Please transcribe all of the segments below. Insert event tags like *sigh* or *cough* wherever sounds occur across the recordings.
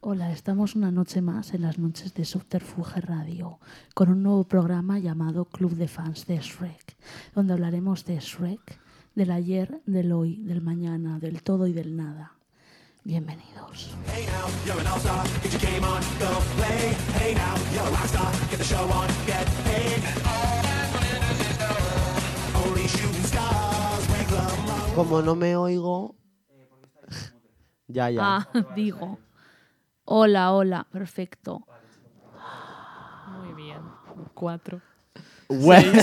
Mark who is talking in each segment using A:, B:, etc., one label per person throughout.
A: Hola, estamos una noche más en las noches de Subterfuge Radio con un nuevo programa llamado Club de Fans de Shrek, donde hablaremos de Shrek, del ayer, del hoy, del mañana, del todo y del nada. Bienvenidos.
B: Hey now, you're an all-star. Get your game on, go play. Hey now, you're a rock star. Get the show on, get paid. Only shooting stars break the mold.
C: Como no me oigo. ya, ya.
A: Ah, *laughs* digo. Hola, hola, perfecto.
D: Muy bien. Cuatro.
C: Bueno.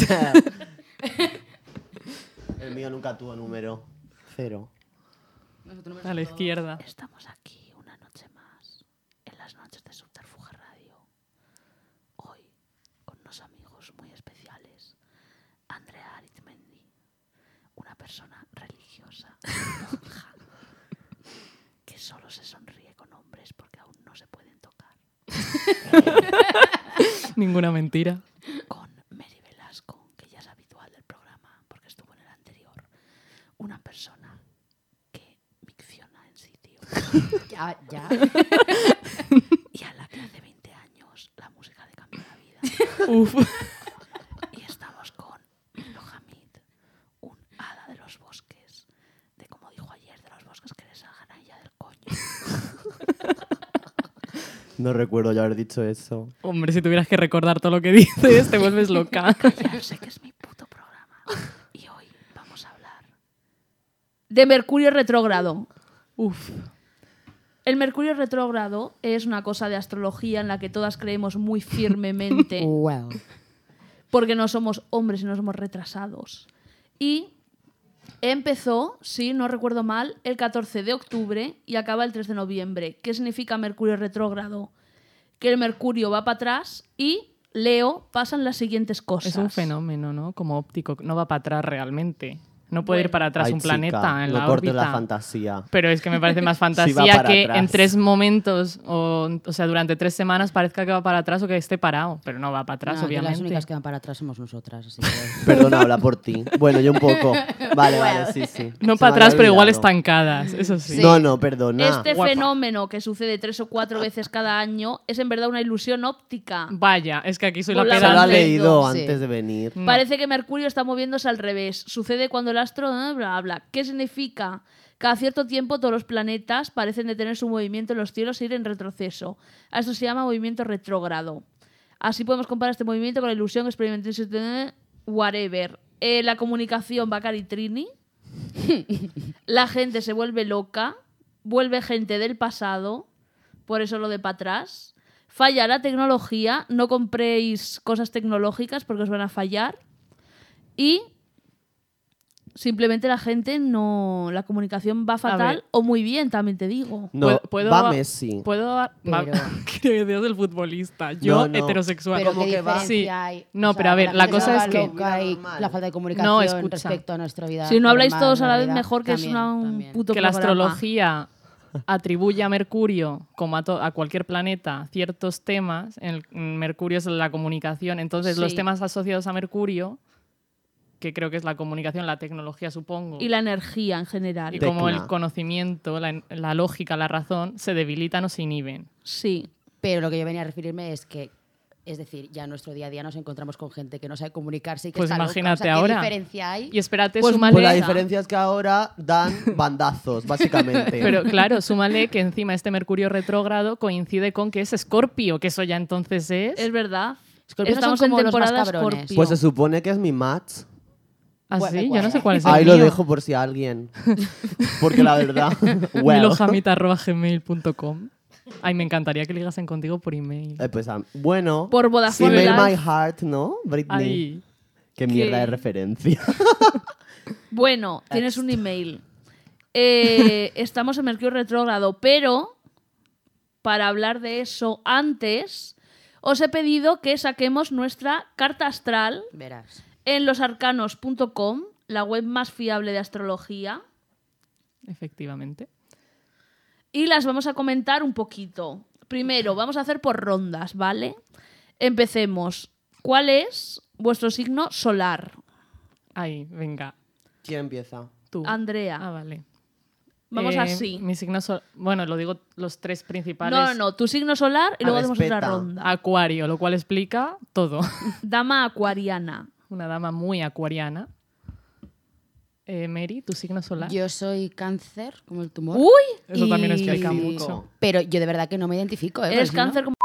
C: *laughs* El mío nunca tuvo número. Cero.
D: A la izquierda.
A: Estamos aquí una noche más en las noches de Subterfuge Radio. Hoy con unos amigos muy especiales. Andrea Arizmendi, una persona religiosa, monja, *laughs* que solo se sonríe con hombres porque aún no se pueden tocar.
D: Ninguna mentira.
A: Con Mary Velasco, que ya es habitual del programa porque estuvo en el anterior. Una persona que micciona en sitio.
E: Ya, ya.
A: *laughs* y a la que hace 20 años la música le cambió la vida.
D: Uf.
A: Y estamos con Lohamid, un hada de los bosques, de como dijo ayer, de los bosques que les salgan a ella del coño.
C: No recuerdo ya haber dicho eso.
D: Hombre, si tuvieras que recordar todo lo que *laughs* dices, te vuelves loca.
A: Ya sé que es mi puto programa. Y hoy vamos a hablar de Mercurio retrógrado.
D: Uf.
A: El Mercurio retrógrado es una cosa de astrología en la que todas creemos muy
D: *laughs*
A: firmemente.
E: Wow.
A: porque no somos hombres y no somos retrasados. Y empezó, si no recuerdo mal, el 14 de octubre y acaba el 3 de noviembre. ¿Qué significa Mercurio retrógrado? Que el Mercurio va para atrás y Leo pasan las siguientes cosas.
D: Es un fenómeno, ¿no? Como óptico. No va para atrás realmente. No puede ir para atrás
C: Ay,
D: un
C: chica,
D: planeta en
C: no
D: la
C: cortes
D: órbita.
C: la fantasía.
D: Pero es que me
C: *laughs*
D: parece más
C: Sí va
D: fantasía
C: para
D: que
C: atrás.
D: en tres momentos, o, o sea, durante tres semanas parezca que va para atrás o que esté parado. Pero no va para atrás,
E: No, yo
D: obviamente.
E: las únicas que van para atrás somos nosotras.
C: *laughs*
E: así que-
C: Perdona, habla por ti. Bueno, yo un poco. Vale, vale, sí, sí.
D: No
C: Se me
D: para
C: había
D: atrás, pero igual
C: olvidado.
D: estancadas. Eso sí.
C: No, no, perdona.
A: Este
D: Guapa.
A: fenómeno que sucede tres o cuatro veces cada año es en verdad una ilusión óptica.
D: Vaya, es que aquí soy la
A: Con la
C: Se lo ha
A: pedante.
D: pedante.
C: leído
E: Sí.
C: antes de venir.
D: No.
A: Parece que Mercurio está moviéndose al revés. Sucede cuando el astro eh, bla bla. ¿Qué significa? Cada cierto tiempo todos los planetas parecen detener su movimiento en los cielos e ir en retroceso. A esto se llama movimiento retrógrado. Así podemos comparar este movimiento con la ilusión experimentándose de whatever. Eh, la comunicación va caritrini. la gente se vuelve loca. Vuelve gente del pasado. Por eso lo de para atrás. Falla la tecnología, no compréis cosas tecnológicas porque os van a fallar. Y simplemente la gente no. La comunicación va fatal
D: ver.
A: o muy bien, también te digo.
C: No,
D: ¿Puedo- puedo-
C: va Messi.
D: Puedo. va- *laughs*
E: Pero-
D: Quería decir del futbolista. Yo,
C: no.
D: heterosexual.
E: pero
C: como
E: qué
C: que va-
E: diferencia
D: Sí.
E: hay.
D: No,
E: O sea,
D: pero a ver, la
E: gente
D: cosa
E: se
D: es
E: va
D: que-
E: loca y
C: Normal.
E: la falta de comunicación
D: No, escucha.
E: respecto a nuestra vida.
A: Si no habláis
E: normal,
A: todos a la vez,
E: realidad.
A: mejor que es
E: También,
A: una- un
E: también.
A: puto
D: que la
A: programa.
D: astrología atribuye a Mercurio, como a, to- a cualquier planeta, ciertos temas. El, mm, Mercurio es la comunicación. Entonces, los
A: Sí.
D: temas asociados a Mercurio, que creo que es la comunicación, la tecnología, supongo.
A: Y la energía en general.
D: y como
C: Tecna.
D: el conocimiento, la, en- la lógica, la razón, se debilitan o se inhiben.
A: Sí.
E: Pero lo que yo venía a referirme es que, es decir, ya en nuestro día a día nos encontramos con gente que no sabe comunicarse y que
D: Pues
E: está loca.
D: imagínate
E: O sea,
D: ahora.
E: ¿Qué diferencia hay?
D: Y espérate,
A: Pues,
D: súmale-
C: Pues la
A: Esa.
C: diferencia es que ahora dan bandazos, básicamente.
D: *laughs* Pero claro, súmale que encima este Mercurio retrógrado coincide con que es Escorpio, que eso ya entonces es.
A: Es verdad.
E: Escorpios son
A: Estamos en
E: como los más
A: temporada
E: cabrones.
A: Scorpio.
C: pues se supone que es mi match.
D: ¿Ah,
E: Bueno,
D: sí? Yo
E: bueno.
D: no sé cuál es el
C: Ahí lo
D: mío.
C: dejo por si alguien. Porque la verdad. well.
D: milojamita@gmail.com. Ay, me encantaría que ligasen contigo por email.
C: Eh, pues, ah, bueno.
A: Por Vodafone
C: Email
A: Live.
C: My Heart, ¿no? Britney.
D: Ay,
C: Qué mierda de
A: ¿Qué?
C: referencia.
A: Bueno, tienes un email. Eh, estamos en Mercurio retrógrado, pero para hablar de eso antes, os he pedido que saquemos nuestra carta astral
E: Verás.
A: en losarcanos.com, la web más fiable de astrología,
D: efectivamente.
A: y las vamos a comentar un poquito. Primero, vamos a hacer por rondas, ¿vale? Empecemos. ¿Cuál es vuestro signo solar?
D: Ay, venga,
C: ¿Quién empieza?
D: tú.
A: Andrea.
D: Ah, vale.
A: Vamos
D: Uh. Ah, Eh,
A: así.
D: Mi signo sol- Bueno, lo digo los tres principales.
A: No, no, no, tu signo solar y luego hacemos otra
C: Respeta.
A: ronda.
D: Acuario, lo cual explica todo. *laughs*
A: Dama acuariana.
D: Una dama muy acuariana. Eh, Mary, tu signo solar.
E: Yo soy cáncer, como el tumor.
A: ¡Uy!
D: Eso también
E: y-
D: explica mucho.
E: Pero yo de verdad que no me identifico, ¿eh?
A: Eres
E: Porque si no-
A: cáncer como...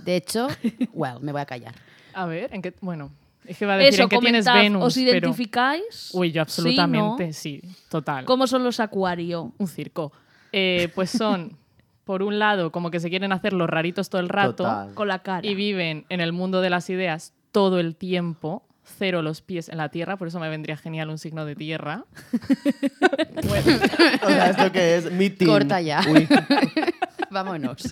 E: De hecho, well, me voy a callar.
D: A ver, ¿en qué? Bueno, es que va a decir
A: Eso,
D: en qué tienes
A: comentad,
D: Venus.
A: ¿os
D: pero-
A: identificáis?
D: Uy, yo
A: Sí, ¿no?
D: absolutamente, sí, total.
A: ¿Cómo son los acuario?
D: Un circo. Eh, pues son, por un lado, como que se quieren hacer los raritos todo el rato
C: Total.
A: Con la cara.
D: y viven en el mundo de las ideas todo el tiempo, cero los pies en la tierra, por eso me vendría genial un signo de tierra.
C: *laughs* O sea, ¿esto qué es? Meeting.
E: Corta ya. *laughs*
C: Uy,
E: Vámonos.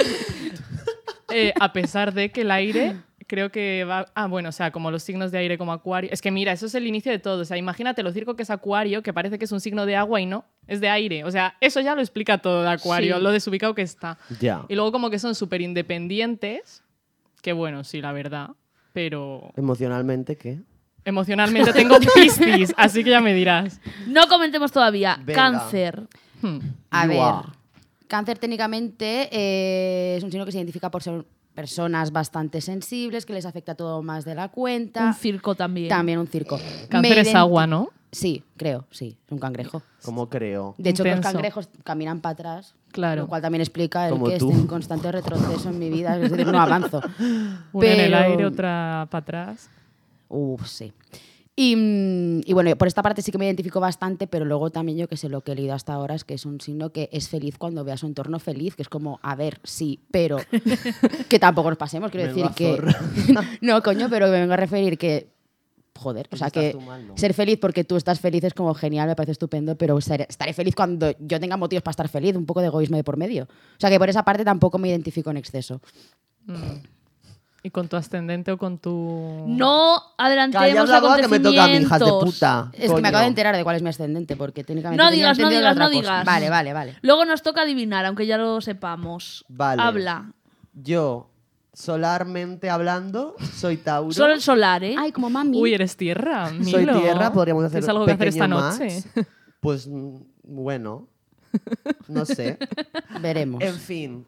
D: Eh, a pesar de que el aire creo que va... Ah, bueno, o sea, como los signos de aire como acuario. Es que mira, eso es el inicio de todo. O sea, imagínate lo circo que es acuario, que parece que es un signo de agua y no, es de aire. O sea, eso ya lo explica todo de acuario,
A: Sí.
D: lo desubicado que está.
C: ya.
D: Y luego como que son súper independientes, que bueno, sí, la verdad. Pero
C: ¿Emocionalmente qué?
D: emocionalmente tengo piscis, así que ya me dirás.
A: No comentemos todavía.
C: Venga.
A: Cáncer.
D: Hmm.
E: A
C: Buah.
E: ver, cáncer técnicamente eh, es un signo que se identifica por ser personas bastante sensibles, que les afecta todo más de la cuenta.
A: Un circo también.
E: También un circo.
D: Cáncer
E: Me
D: es
E: ident-
D: agua, ¿no?
E: Sí, creo, sí, es un cangrejo.
C: ¿Cómo creo?
E: De hecho, que los
D: Intenso.
E: cangrejos caminan para atrás.
D: Claro.
E: Lo cual también explica el
C: Como
E: que
C: tú.
E: esté en constante retroceso en mi vida, es decir, no avanzo.
D: *laughs* Una en el
E: Pero-
D: aire, otra para atrás.
E: Uf, sí. Y, mm, y bueno, por esta parte sí que me identifico bastante, pero luego también yo que sé lo que he leído hasta ahora es que es un signo que es feliz cuando ve a su entorno feliz, que es como, a ver, sí, pero que tampoco nos pasemos, quiero
C: Menuda
E: decir que...
C: zorra.
E: *laughs* no, coño, pero me vengo a referir que... Joder, o
C: Pues
E: sea
C: estás
E: que
C: tú mal, ¿no?
E: ser feliz porque tú estás feliz es como genial, me parece estupendo, pero ser- estaré feliz cuando yo tenga motivos para estar feliz, un poco de egoísmo de por medio. O sea que por esa parte tampoco me identifico en exceso.
D: ¿Y con tu ascendente o con tu...?
A: No adelantemos
C: Callaos la boca que me toca a mí, hijas de
A: acontecimientos.
C: puta.
E: Es que me
C: Coño.
E: acabo de enterar de cuál es mi ascendente, porque técnicamente.
A: No
E: tenía
A: digas, no
E: entendido la
A: digas, no
E: otra cosa.
A: digas.
E: Vale, vale, vale.
A: Luego nos toca adivinar, aunque ya lo sepamos.
C: Vale.
A: Habla.
C: Yo, solarmente hablando, soy Tauro.
A: Solo el solar, ¿eh?
E: Ay, como mami.
D: Uy, eres tierra,
C: Soy
D: Milo.
C: tierra, podríamos hacer
D: Es algo que hacer
C: pequeño
D: esta
C: Max.
D: noche.
C: Pues mm, bueno, no sé.
E: Veremos.
C: En fin,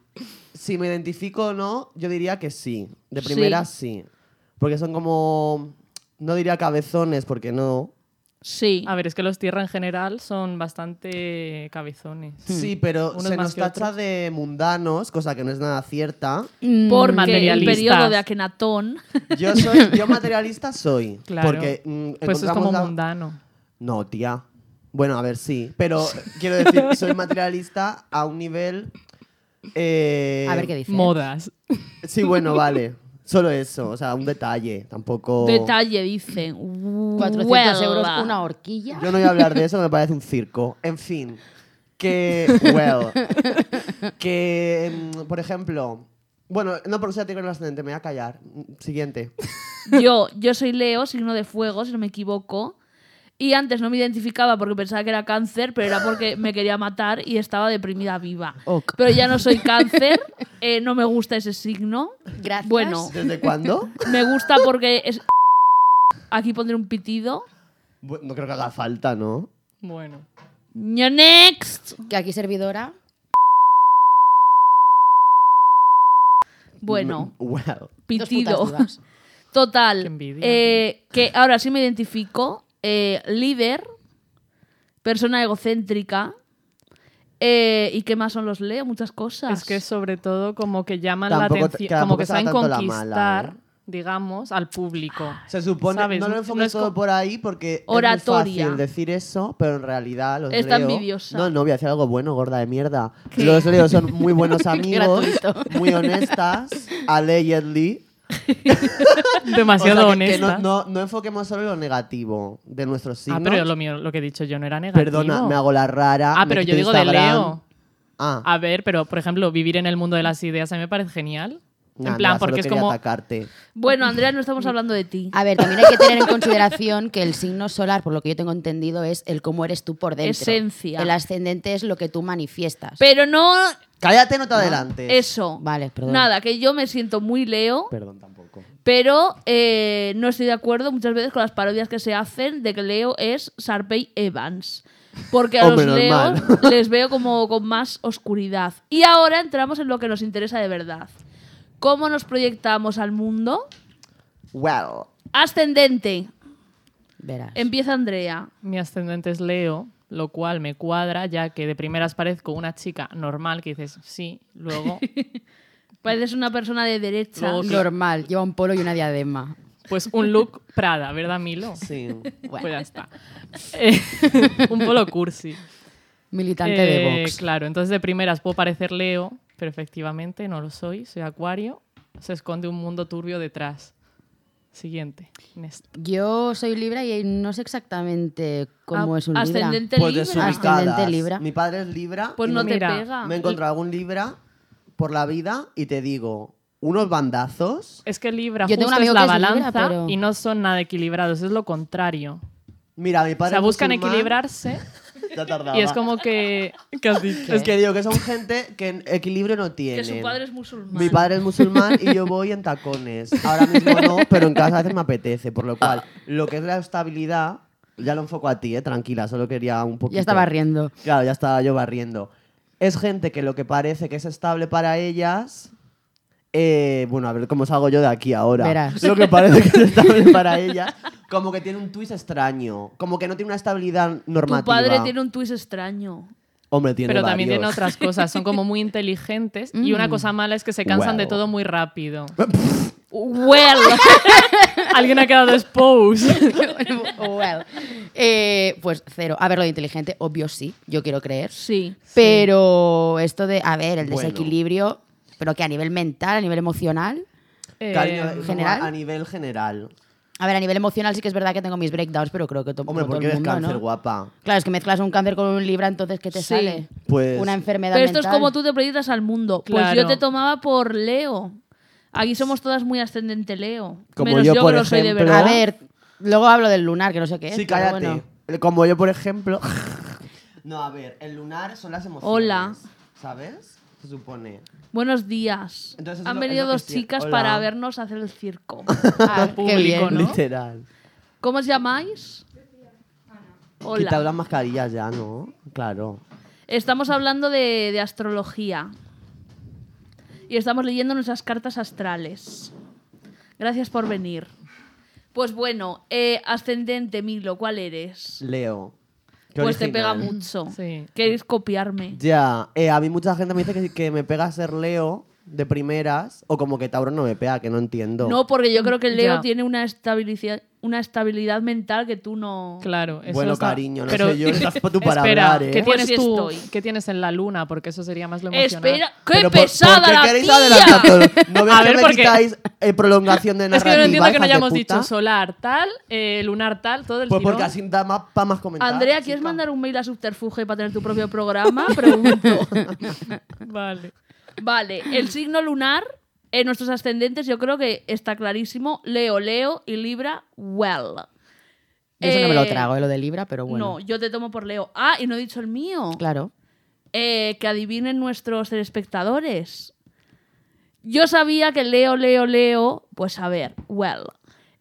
C: si me identifico o no, yo diría que sí. De primera sí. Porque son como, no diría cabezones porque no.
A: Sí.
D: A ver, es que los tierra en general son bastante cabezones.
C: Sí, pero
D: Hmm. Unos
C: se
D: más
C: nos
D: que
C: tacha
D: otros.
C: de mundanos, cosa que no es nada cierta.
E: Mm,
A: Porque el
D: materialistas.
A: periodo de Akenatón.
C: Yo
D: *laughs*
C: soy, yo materialista soy.
D: Claro.
C: Porque mm,
D: Pues es
C: encontramos
D: como
C: la-
D: mundano.
C: No, tía. Bueno, a ver, sí. Pero quiero decir, *laughs* soy materialista a un nivel. eh,
E: A ver qué dice.
D: Modas.
C: Sí, bueno, vale. Solo eso. O sea, un detalle. Tampoco.
A: Detalle, dicen.
E: 400
A: Huelva.
E: euros una horquilla.
C: Yo no voy a hablar de eso, me parece un circo. En fin. Que. Well. que. mm, Por ejemplo. Bueno, no, porque ya tengo el ascendente, me voy a callar. Mm, Siguiente.
A: Yo, yo soy Leo, signo de fuego, si no me equivoco. Y antes no me identificaba porque pensaba que era cáncer, pero era porque me quería matar y estaba deprimida viva.
E: Ok.
A: Pero ya no soy cáncer, eh, no me gusta ese signo.
E: Gracias.
A: Bueno,
C: ¿Desde cuándo?
A: me gusta porque es... Aquí pondré un pitido.
C: Bu- No creo que haga falta, ¿no?
D: Bueno.
A: Ño, Next.
E: Que aquí servidora.
A: Bueno,
C: Mm, Well.
E: Dos putas
A: pitido.
E: divas.
D: Qué
A: Total.
D: envidia.
A: eh, que ahora sí me identifico. eh, líder, persona egocéntrica. eh, ¿Y qué más son los Leo? Muchas cosas.
D: Es que sobre todo como que llaman
C: Tampoco-
D: la atención,
C: tampoco
D: como que
C: se
D: saben
C: haga tanto la mala,
D: conquistar,
C: ¿eh?
D: digamos, al
C: *laughs*
D: público.
C: Se supone,
D: ¿Sabes?
C: no lo
D: No
C: enfoques
D: es
C: todo
D: co-
C: por ahí porque es muy
A: Oratoria.
C: fácil decir eso, pero en realidad los
A: Está
C: leo-
A: envidiosa.
C: No, no, voy a hacer algo bueno, gorda de mierda. Los leo son
D: *laughs*
C: muy buenos amigos, muy honestas, allegedly. O sea,
D: Demasiado
C: que- que no-
D: honestas.
C: no, no, enfoquemos solo lo negativo de nuestros signos.
D: ah, pero lo mío, lo que he dicho yo no era negativo.
C: Perdona, me hago la rara.
D: Ah,
C: me
D: pero yo
C: quito
D: digo de
C: Instagram.
D: Leo.
C: Ah,
D: A ver, pero por ejemplo, vivir en el mundo de las ideas a mí me parece genial.
C: nada,
D: en plan,
C: solo
D: porque es
C: quería
D: como
C: atacarte.
A: Bueno,
D: *laughs*
A: Andrea, no estamos hablando de ti.
E: A ver, también hay que tener en consideración que el signo solar, por lo que yo tengo entendido, es el cómo eres tú por dentro.
A: Esencia.
E: El ascendente es lo que tú manifiestas.
A: Pero no
C: Cállate,
D: Ah,
C: no te adelantes.
A: eso.
E: Vale, perdón.
A: Nada, que yo me siento muy Leo,
C: Perdón, tampoco.
A: pero eh, no estoy de acuerdo muchas veces con las parodias que se hacen de que Leo es Sarpey Evans. porque a los
C: Hombre, normal.
A: leos les veo como con más oscuridad. Y ahora entramos en lo que nos interesa de verdad. ¿Cómo nos proyectamos al mundo?
C: Well.
A: Ascendente.
E: Verás.
A: Empieza Andrea.
D: Mi ascendente es Leo, lo cual me cuadra, ya que de primeras parezco una chica normal que dices sí,
C: *laughs*
D: luego,
A: Pareces una persona de derecha.
D: Luego- ok.
E: Normal, lleva un polo y una diadema.
D: pues un look Prada, ¿verdad, Milo? *laughs*
C: Sí.
D: Pues ya está. Eh, un polo cursi.
E: Militante
D: Eh,
E: de Vox.
D: Claro, entonces de primeras puedo parecer Leo, pero efectivamente no lo soy, soy Acuario. Se esconde un mundo turbio detrás. Siguiente. Next.
E: Yo soy Libra y no sé exactamente cómo
A: A-
E: es un Libra.
A: Ah, Ascendente
C: Pues
A: Libra.
E: desubicado.
C: desubicadas.
E: Ascendente Libra.
C: Mi padre es Libra.
A: Pues
C: y
A: no
C: me-
A: te
D: Mira,
A: pega.
C: Me he encontrado un Libra por la vida y te digo, unos bandazos.
D: Es que Libra
E: Yo tengo un
D: justo es
E: amigo
D: la
E: que es Libra,
D: balanza
E: pero-
D: y no son nada equilibrados, es lo contrario.
C: Mira, mi
D: O
C: padre.
D: sea,
C: es
D: buscan
C: musulmán.
D: equilibrarse
C: Ya tardaba.
D: y es
C: *laughs*
D: como que... ¿Qué has dicho?
C: Es que digo que son gente que en equilibrio no tiene.
A: Que su padre es musulmán.
C: Mi padre es musulmán y yo voy en tacones. Ahora mismo no, pero en casa a veces me apetece. Por lo cual, lo que es la estabilidad, ya lo enfoco a ti, eh, tranquila. Solo quería un poquito.
E: Ya estaba riendo. *laughs*
C: Claro, ya estaba yo barriendo. Es gente que lo que parece que es estable para ellas. eh, bueno, a ver cómo salgo yo de aquí ahora.
E: Verás.
C: Lo que parece que es estable para ellas. Como que tiene un twist extraño. Como que no tiene una estabilidad normativa.
A: Tu padre tiene un twist extraño.
C: Hombre, tiene
D: Pero también tienen
C: varios.
D: otras cosas, son como muy inteligentes y
E: Mm.
D: una cosa mala es que se cansan de
C: Wow.
D: todo muy rápido. *laughs*
E: *laughs*
A: Well.
D: Alguien ha quedado exposed.
E: Oh, Well. Eh, pues cero. A ver, lo de inteligente, obvio sí, yo quiero creer.
A: sí.
E: Pero esto de, a ver, el
C: Bueno.
E: desequilibrio, pero que a nivel mental, a nivel emocional.
D: Eh,
C: Cariño, como
E: ¿general?
C: A nivel general.
E: A ver, a nivel emocional sí que es verdad que tengo mis breakdowns, pero creo que to-
C: Hombre,
E: como todo
C: porque
E: el
C: eres
E: mundo,
C: cáncer,
E: ¿no?
C: guapa.
E: Claro, es que mezclas un cáncer con un libra, entonces ¿qué te
A: Sí.
E: sale?
C: Pues-
E: Una enfermedad
A: Pero esto es
E: mental.
A: como tú te proyectas al mundo. Pues
D: Claro.
A: yo te tomaba por Leo. Aquí somos todas muy ascendente Leo.
C: Como
A: Menos
C: yo,
A: yo,
C: por
A: que no soy de
C: ejemplo.
A: verdad.
E: A ver, luego hablo del lunar, que no sé qué es.
C: Sí,
E: pero
C: cállate. *laughs*
E: bueno.
C: Como yo, por ejemplo. *laughs* No, a ver, el lunar son las emociones.
A: Hola.
C: ¿Sabes? Se supone.
A: Buenos días.
C: Entonces es
A: Han
C: lo- es
A: venido
C: lo que
A: dos
C: sí-
A: chicas
C: Hola.
A: para vernos hacer el circo.
E: Ah, qué
D: Público,
E: bien.
D: ¿no?
C: Literal.
A: ¿Cómo os llamáis? Hola.
C: Quitad las mascarillas ya, ¿no? Claro.
A: Estamos hablando de, de astrología. Y estamos leyendo nuestras cartas astrales. Gracias por venir. Pues bueno, eh, ascendente, Milo, ¿cuál eres?
C: Leo. Qué
A: Pues te pega
C: original. ¿eh?
A: mucho.
D: Sí.
A: Queréis copiarme.
C: Ya, eh, a mí mucha gente me dice que, que me pega ser Leo de primeras o como que Tauro no me pega, que no entiendo.
A: No, porque yo creo que Leo
D: Ya.
A: tiene una estabilidad, una estabilidad mental que tú no.
D: Claro, eso
C: Bueno,
D: está-
C: cariño, no sé
D: *laughs*
C: yo, estás tú para
D: espera,
C: hablar, ¿eh?
D: ¿qué
A: Pues
D: tienes
A: sí
D: tú?
A: estoy.
D: ¿Qué tienes en la luna? Porque eso sería más lo emocional.
A: Espera, qué
C: Pero por-
A: pesada
C: ¿por qué
A: la
C: queréis
A: tía.
C: adelantar todo? No veis
D: A
C: que
D: ver,
C: me
D: porque-
C: quitáis eh, prolongación de
D: Es que
C: narrativa.
D: yo no entiendo que no
C: hijas de
D: hayamos
C: puta?
D: dicho solar tal, eh, lunar tal, todo el
C: Pues
D: tirón.
C: porque así da más, pa más comentarios.
A: Andrea, ¿quieres mandar un mail a Subterfuge para tener tu propio programa? *laughs* Pregunto.
D: Vale.
A: vale, el signo lunar, en nuestros ascendentes, yo creo que está clarísimo. Leo, Leo y Libra, well.
E: Yo eso no me lo
A: Eh,
E: trago, eh, lo de libra, pero bueno.
A: No, yo te tomo por Leo. Ah, y no he dicho el mío.
E: Claro.
A: Eh, que adivinen nuestros espectadores. Yo sabía que Leo, Leo, Leo, pues a ver, well.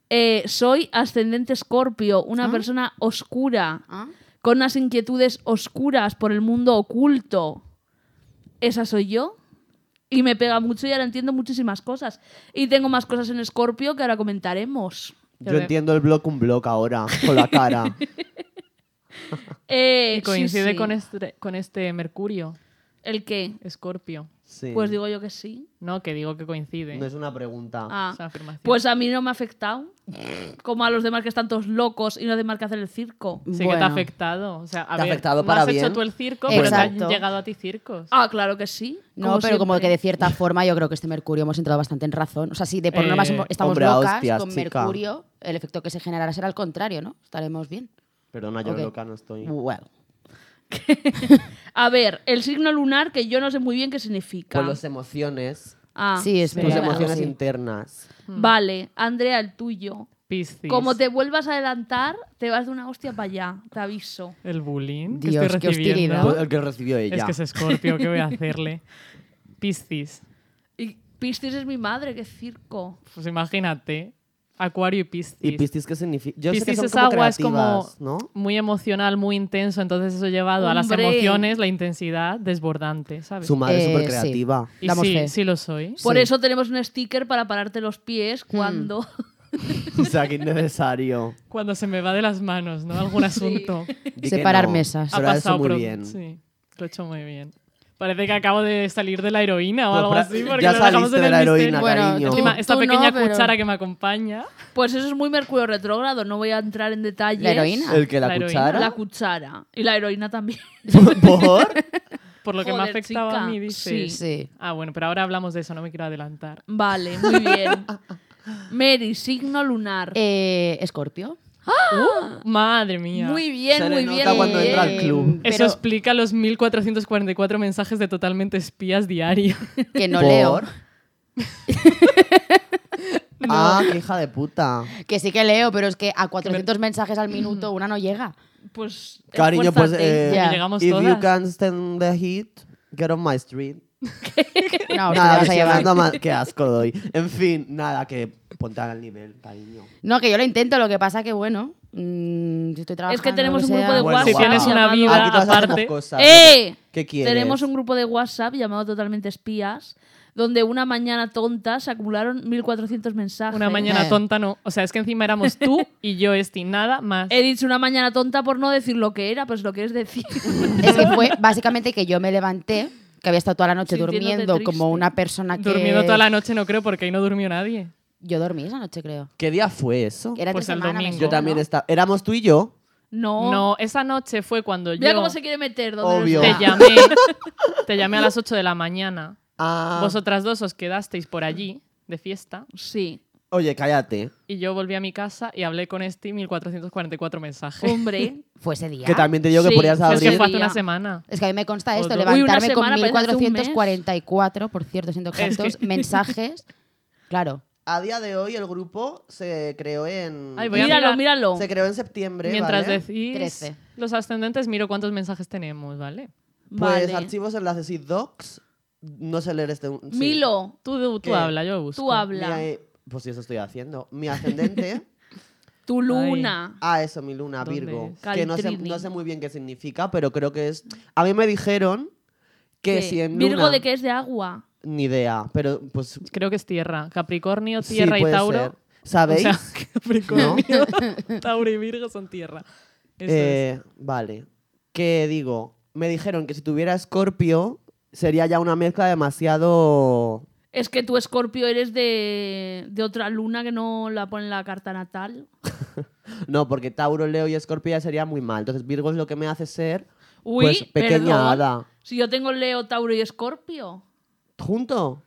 A: Eh, soy ascendente escorpio, una
E: Ah.
A: persona oscura, con unas inquietudes oscuras por el mundo oculto. Esa soy yo. Y me pega mucho y ahora entiendo muchísimas cosas. Y tengo más cosas en escorpio que ahora comentaremos.
C: Yo entiendo el block un block ahora, con la cara.
A: Eh,
D: *laughs* Y Eh,
A: sí,
D: coincide
A: Eh, sí.
D: Con, este, con este Mercurio,
A: ¿El qué?
D: Escorpio.
C: Sí.
A: Pues digo yo que sí.
D: No, que digo que coincide.
C: No es una pregunta.
A: Ah.
D: Es una afirmación.
A: Pues a mí no me ha afectado. Como a los demás que están todos locos y no hacen más que hacer el circo.
D: Sí que te
E: Bueno.
D: ha afectado. O sea, a
C: Te ha
D: ver,
C: afectado
D: no
C: para
D: has
C: bien.
D: hecho tú el circo, pero te
E: Exacto.
D: han llegado a ti circos.
A: Ah, claro que sí.
E: No, pero como que
A: siempre.
E: de cierta forma yo creo que este Mercurio hemos entrado bastante en razón. O sea, sí, de por
D: Eh,
E: norma somos- estamos
C: hombre,
E: locas
C: hostias,
E: con
C: chica.
E: Mercurio, el efecto que se generará será al contrario, ¿no? Estaremos bien.
C: Perdona, yo
E: Ok.
C: loca no estoy.
E: Bueno.
A: A ver, el signo lunar que yo no sé muy bien qué significa.
C: Con las emociones,
A: Ah,
E: Sí, es
C: tus
E: verdad,
C: emociones
E: sí.
C: internas.
A: Vale, Andrea, el tuyo.
D: Piscis.
A: Como te vuelvas a adelantar, te vas de una hostia para allá, te aviso.
D: El bullying
E: Dios,
D: que
E: qué
D: estoy recibiendo.
E: hostilidad.
C: Pues El que recibió ella.
D: Es que es Escorpio, ¿qué voy a *laughs* hacerle? Piscis.
A: Y Piscis es mi madre, qué circo.
D: Pues imagínate. Acuario y Piscis.
C: ¿Y Piscis qué significa? Yo sé que
D: Piscis
C: son
D: es
C: como
D: agua, es como
C: creativas, ¿no?
D: muy emocional, muy intenso, entonces eso llevado a las
A: Hombre.
D: emociones, la intensidad desbordante, ¿sabes?
C: Su madre es
E: Eh,
C: súper
E: sí.
C: creativa.
D: y
E: Damos
D: sí,
E: fe.
D: sí lo soy.
A: Por
E: Sí. Hmm.
A: eso tenemos un sticker para pararte los pies cuando. *laughs*
C: O sea, que
D: *laughs*
C: innecesario.
D: Cuando se me va de las manos, ¿no? Algún asunto.
C: Di que
E: Separar
C: no.
E: mesas.
D: Ha
C: Pero eso
D: pasado
C: muy
D: pro-
C: bien.
D: Sí, lo he hecho muy bien. Parece que acabo de salir de la heroína o
C: Pues
D: algo
C: pra-
D: así. Porque
C: ya
D: nos dejamos
C: saliste
D: en
C: de
D: el
C: la
D: misterio.
C: heroína,
E: Bueno,
C: cariño.
E: tú-
D: Encima, esta
A: tú no,
D: pequeña
A: pero-
D: cuchara que me acompaña.
A: Pues eso es muy Mercurio retrógrado, no voy a entrar en detalles.
E: La heroína.
C: El que la,
D: La heroína.
C: cuchara.
A: La cuchara. Y la heroína
E: *laughs*
A: también.
C: *laughs* ¿Por?
D: Por lo que me
A: Joder,
D: afectaba
A: chica,
D: a mí, dices.
E: Sí.
D: Ah, bueno, pero ahora hablamos de eso, no me quiero adelantar.
A: Vale, muy bien. Mary, signo lunar.
E: Eh, Escorpio.
D: Madre mía.
A: muy bien,
C: Se le
A: muy
C: nota
A: bien. eh,
C: cuando
A: muy
C: entra al
A: bien.
C: club.
D: Eso
E: Pero-
D: explica los 1444 mensajes de totalmente espías diarios.
E: Que no
C: ¿Por?
D: *laughs*
E: leo.
C: Ah, qué hija de puta.
E: Que sí que leo, pero es que a 400 mensajes al minuto una no llega.
A: Pues.
C: Cariño, pues.
A: esfuérzate.
C: Eh,
E: Ya.
D: Llegamos
C: if
D: todas.
C: you can stand the heat, get on my street. *laughs*
E: No, os la
C: Nada,
E: vas a llevar.
C: deseando
E: *laughs*
C: más. Qué asco doy. En fin, nada, que ponte al nivel, cariño.
E: No, que yo lo intento, lo que pasa que, bueno, mm, yo estoy trabajando.
A: es que tenemos
E: lo
A: un
E: sea.
A: grupo de
C: Bueno,
A: WhatsApp.
C: Si tienes
D: una
A: llamado-
D: vida-
C: Aquí todas hacemos
D: aparte-
C: cosas.
A: ¡Eh!
C: ¿Qué quieres?
A: Tenemos un grupo de WhatsApp llamado Totalmente Espías, donde una mañana tonta se acumularon 1400 mensajes.
D: *laughs* Una mañana
E: Eh.
D: tonta no. O sea, es que encima éramos tú y yo, Esti, nada más.
A: He dicho una mañana tonta por no decir lo que era, pues lo que es
D: *laughs*
A: decir.
E: Es que fue básicamente que yo me levanté, que había estado toda la noche
A: Sintiéndote
E: durmiendo
A: triste.
E: como una persona que.
D: Durmiendo toda la noche no creo porque ahí no durmió nadie.
E: Yo dormí esa noche, creo.
C: ¿Qué día fue eso?
E: Era
D: Pues
E: entre
D: el
E: semana, me
D: domingo.
C: Yo
E: suena,
C: también
E: ¿no?
C: estaba. Éramos tú y yo.
A: *laughs* No.
D: No, esa noche fue cuando yo
A: Mira cómo se quiere meter. donde no
C: Obvio.
A: está.
D: te llamé. Te llamé a las 8 de la mañana.
C: Ah.
D: Vosotras dos os quedasteis por allí de fiesta
A: Sí.
C: Oye, cállate.
D: y yo volví a mi casa y hablé con Esti 1444 mensajes.
A: Hombre.
E: Fue ese día.
C: Que también te digo que
A: Sí,
C: podías
A: pero
D: Es que
C: abrir.
D: fue hace una
A: Día.
D: semana.
E: Es que a mí me consta esto,
D: Otro.
A: Uy, una
E: levantarme
A: semana,
E: con
A: parece hace un mes.
E: 1444, por
D: *laughs*
E: cierto, siendo
D: que-
E: exactos, mensajes. Claro.
C: A día de hoy el grupo se creó en.
D: Ay, voy a
A: Míralo,
D: mirar.
A: míralo.
C: Se creó en septiembre.
D: Mientras
C: ¿vale?
D: decís
E: Trece.
D: los ascendentes, miro cuántos mensajes tenemos, ¿vale?
C: Pues
A: Vale.
C: archivos, enlaces y docs. No sé leer este. sí.
A: Milo,
D: Tú,
C: ¿Qué?
D: tú habla, yo busco.
A: tú
C: Mi-
A: habla.
C: pues sí, eso estoy haciendo. Mi
D: *laughs*
C: ascendente.
A: Tu luna.
C: ah, eso, mi luna,
D: ¿Dónde
C: Virgo.
D: es?
C: Que no sé,
A: Calitrini.
C: no sé muy bien qué significa, pero creo que es. A mí me dijeron que
A: ¿Qué?
C: si en
A: Virgo
C: luna-
A: de que es de agua.
C: Ni idea, pero pues.
D: Creo que es tierra. Capricornio,
C: sí,
D: tierra y
C: puede
D: Tauro.
C: ser. ¿Sabéis? *laughs*
D: O sea, *laughs* Capricornio, *laughs* Tauro y Virgo son tierra. Eso es.
C: Eh, Vale. Que digo, me dijeron que si tuviera escorpio sería ya una mezcla demasiado.
A: Es que tú, Escorpio, eres de, de otra luna que no la pone en la carta natal.
C: No, porque Tauro, Leo y Escorpio ya sería muy mal. Entonces Virgo es lo que me hace ser
A: Uy,
C: pues, pequeña
A: perdón.
C: hada.
A: Si yo tengo Leo, Tauro y Escorpio.
C: ¿Junto?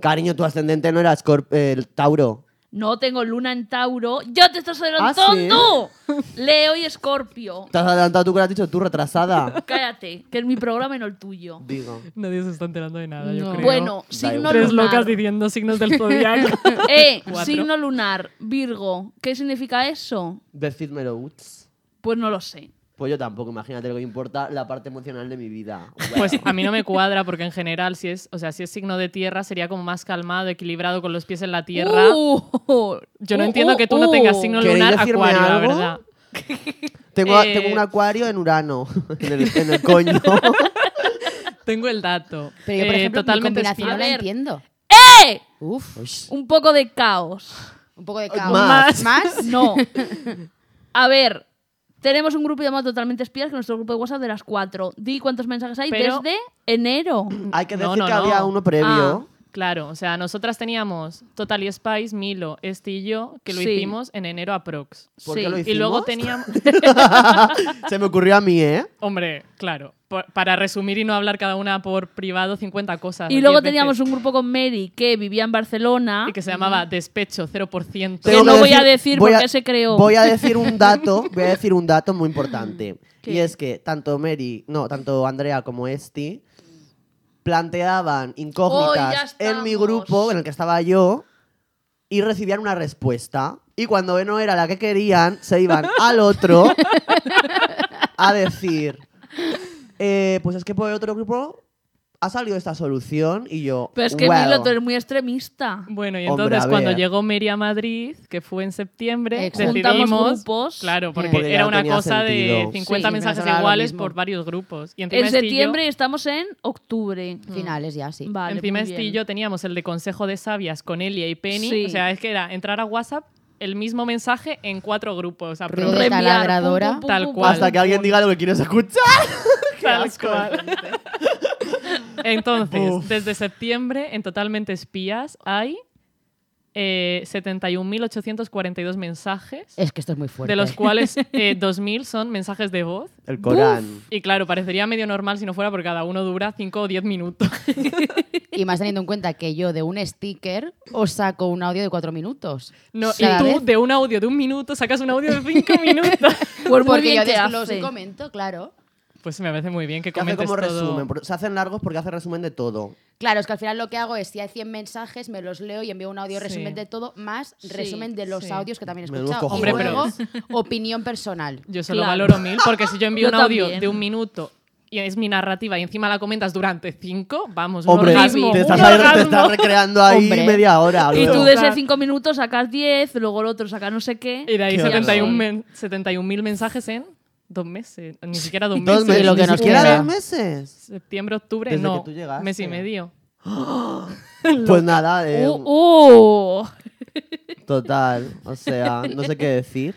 C: Cariño, tu ascendente no era Escorp- el Tauro.
A: No tengo luna en Tauro. ¡Yo te estás adelantando!
C: ¿Ah,
A: *laughs* Leo y Escorpio.
C: Te has adelantado tú que lo has dicho tú, retrasada.
A: Cállate, que es mi programa y no el tuyo.
C: *laughs* Digo.
D: Nadie se está enterando de nada, yo
E: No.
D: creo.
A: Bueno,
C: Da
A: signo
C: igual.
D: tres
A: lunar.
D: locas diciendo signos del zodiaco.
A: *laughs* Eh,
D: *laughs* Cuatro.
A: signo lunar, Virgo. ¿Qué significa eso?
C: Decídmelo, uts.
A: Pues no lo sé.
C: Pues yo tampoco, imagínate lo que me importa la parte emocional de mi vida.
D: *laughs* Pues a mí no me cuadra porque en general si es, o sea, si es signo de tierra sería como más calmado, equilibrado con los pies en la tierra.
A: Uh,
D: Yo no
A: uh,
D: entiendo
A: uh,
D: que tú no
A: uh.
D: tengas signo
C: ¿Queréis
D: lunar
C: decirme
D: acuario, la
C: algo?
D: verdad.
C: tengo,
D: eh.
C: tengo un acuario en Urano, *laughs* en el, en el *laughs* coño.
D: Tengo el dato.
E: Pero yo, por
D: Eh,
E: ejemplo,
D: totalmente
E: mi combinación
A: espía.
E: la
A: A ver.
E: entiendo.
A: ¡Eh!
E: Uf,
A: Un poco de caos.
E: un poco de caos.
C: Más.
D: *laughs*
E: ¿Más?
A: No. A ver, tenemos un grupo llamado Totalmente Espías, que es nuestro grupo de WhatsApp de las cuatro. Di cuántos mensajes hay
D: Pero-
A: desde enero.
C: Hay que decir
D: No, Ah, no,
C: que había
D: no.
C: uno previo.
D: Claro, o sea, nosotras teníamos Total y Spice, Milo, Este y yo, que lo
A: Sí.
D: hicimos en enero a Prox.
C: ¿Por
A: Sí.
C: qué lo
A: Y
D: Y luego
C: hicimos?
D: teníamos... *laughs*
C: Se me ocurrió a mí, ¿eh?
D: Hombre, claro. por- para resumir y no hablar cada una por privado 50 cosas.
A: Y
D: ¿no?
A: luego
D: 10 veces.
A: teníamos un grupo con Mary que vivía en Barcelona.
D: Y que se llamaba Despecho 0%.
A: Tengo- no voy a decir por qué se creó.
C: Voy a decir un dato, voy a decir un dato muy importante.
A: *laughs* ¿Qué?
C: Y es que tanto Mary, no, tanto Andrea como Esti planteaban incógnitas
A: Oh, ya
C: en mi
A: estamos.
C: grupo, en el que estaba yo, y recibían una respuesta. Y cuando no era la que querían, se iban
A: *laughs*
C: al otro a decir, eh, pues es que por el otro grupo ha salido esta solución y yo.
A: Pero es que
C: "Well".
A: Milo, tú eres muy extremista.
D: Bueno, y
C: Hombre,
D: entonces
C: a
D: cuando
C: ver.
D: llegó Mary a Madrid, que fue en septiembre,
E: Exacto.
A: Juntamos
D: decidimos...
A: grupos.
D: Claro, porque,
C: Porque ya
D: era una
C: tenía
D: cosa
C: sentido.
D: de 50
E: Sí,
D: mensajes
E: me sonaba lo
D: iguales
E: mismo.
D: por varios grupos. Y encima
A: En
D: Esti y yo-
A: septiembre y estamos en octubre. Mm,
E: Finales ya, sí.
A: Vale,
D: encima
A: muy
D: Esti y
A: bien.
D: yo teníamos el de Consejo de Sabias con Elia y Penny.
A: Sí.
D: O sea, es que era entrar a WhatsApp, el mismo mensaje en cuatro grupos. A
E: Rueda
D: prorrogar.
E: de taladradora.
D: Tal cual.
C: Hasta que alguien diga lo que quieres
D: *laughs*
C: escuchar. Qué
D: Tal
C: asco,
D: cual. Entonces,
C: Uf.
D: desde septiembre, en totalmente espías, hay eh, 71.842 mensajes,
E: Es que esto es muy fuerte.
D: de los cuales eh, 2.000 son mensajes de voz.
C: El Corán.
D: Y claro, parecería medio normal si no fuera porque cada uno dura 5 o 10 minutos. *laughs*
E: Y más teniendo en cuenta que yo de un sticker os saco un audio de cuatro minutos.
D: No, y
E: Cada
D: tú
E: vez.
D: de un audio de un minuto sacas un audio de 5 minutos.
A: Pues muy
E: Porque
A: bien
E: yo
A: que
E: desgloso
A: hace.
E: y comento, claro.
D: Pues me parece muy bien que
C: Que hace
D: comentes
C: como
D: todo.
C: resumen. por- Se hacen largos porque hace resumen de todo.
E: Claro, es que al final lo que hago es si hay 100 mensajes, me los leo y envío un audio
D: Sí.
E: resumen de todo, más
A: Sí,
E: resumen de los
D: sí.
E: audios que también he
C: Menudos
E: escuchado. Y
C: cojones.
D: Hombre,
E: luego,
D: pero-
C: *laughs*
E: opinión personal.
D: Yo solo
A: Claro.
D: valoro mil, porque si
A: *laughs*
D: yo envío
A: Yo
D: un audio
A: también.
D: de un minuto y es mi narrativa y encima la comentas durante cinco, vamos, un
C: Hombre,
D: orgasmo,
C: te
D: un
C: estás, ahí- te
D: orgasmo.
C: estás recreando ahí
E: Hombre.
C: media hora.
A: Y tú
C: luego.
A: de
D: Claro.
A: ese 5 minutos sacas 10, luego el otro saca no sé qué.
D: Y de ahí
C: Qué
D: 71
C: horror.
D: men- 71.000 mensajes en dos meses, ni siquiera dos meses.
C: Dos meses.
E: lo que
C: ni
E: nos
C: siquiera
E: queda.
C: dos
E: *laughs*
C: meses.
D: Septiembre, octubre,
C: Desde
D: no,
C: que tú llegaste.
D: mes y medio.
C: Pues nada, eh,
A: Uh, uh.
C: total. O sea, no sé qué decir.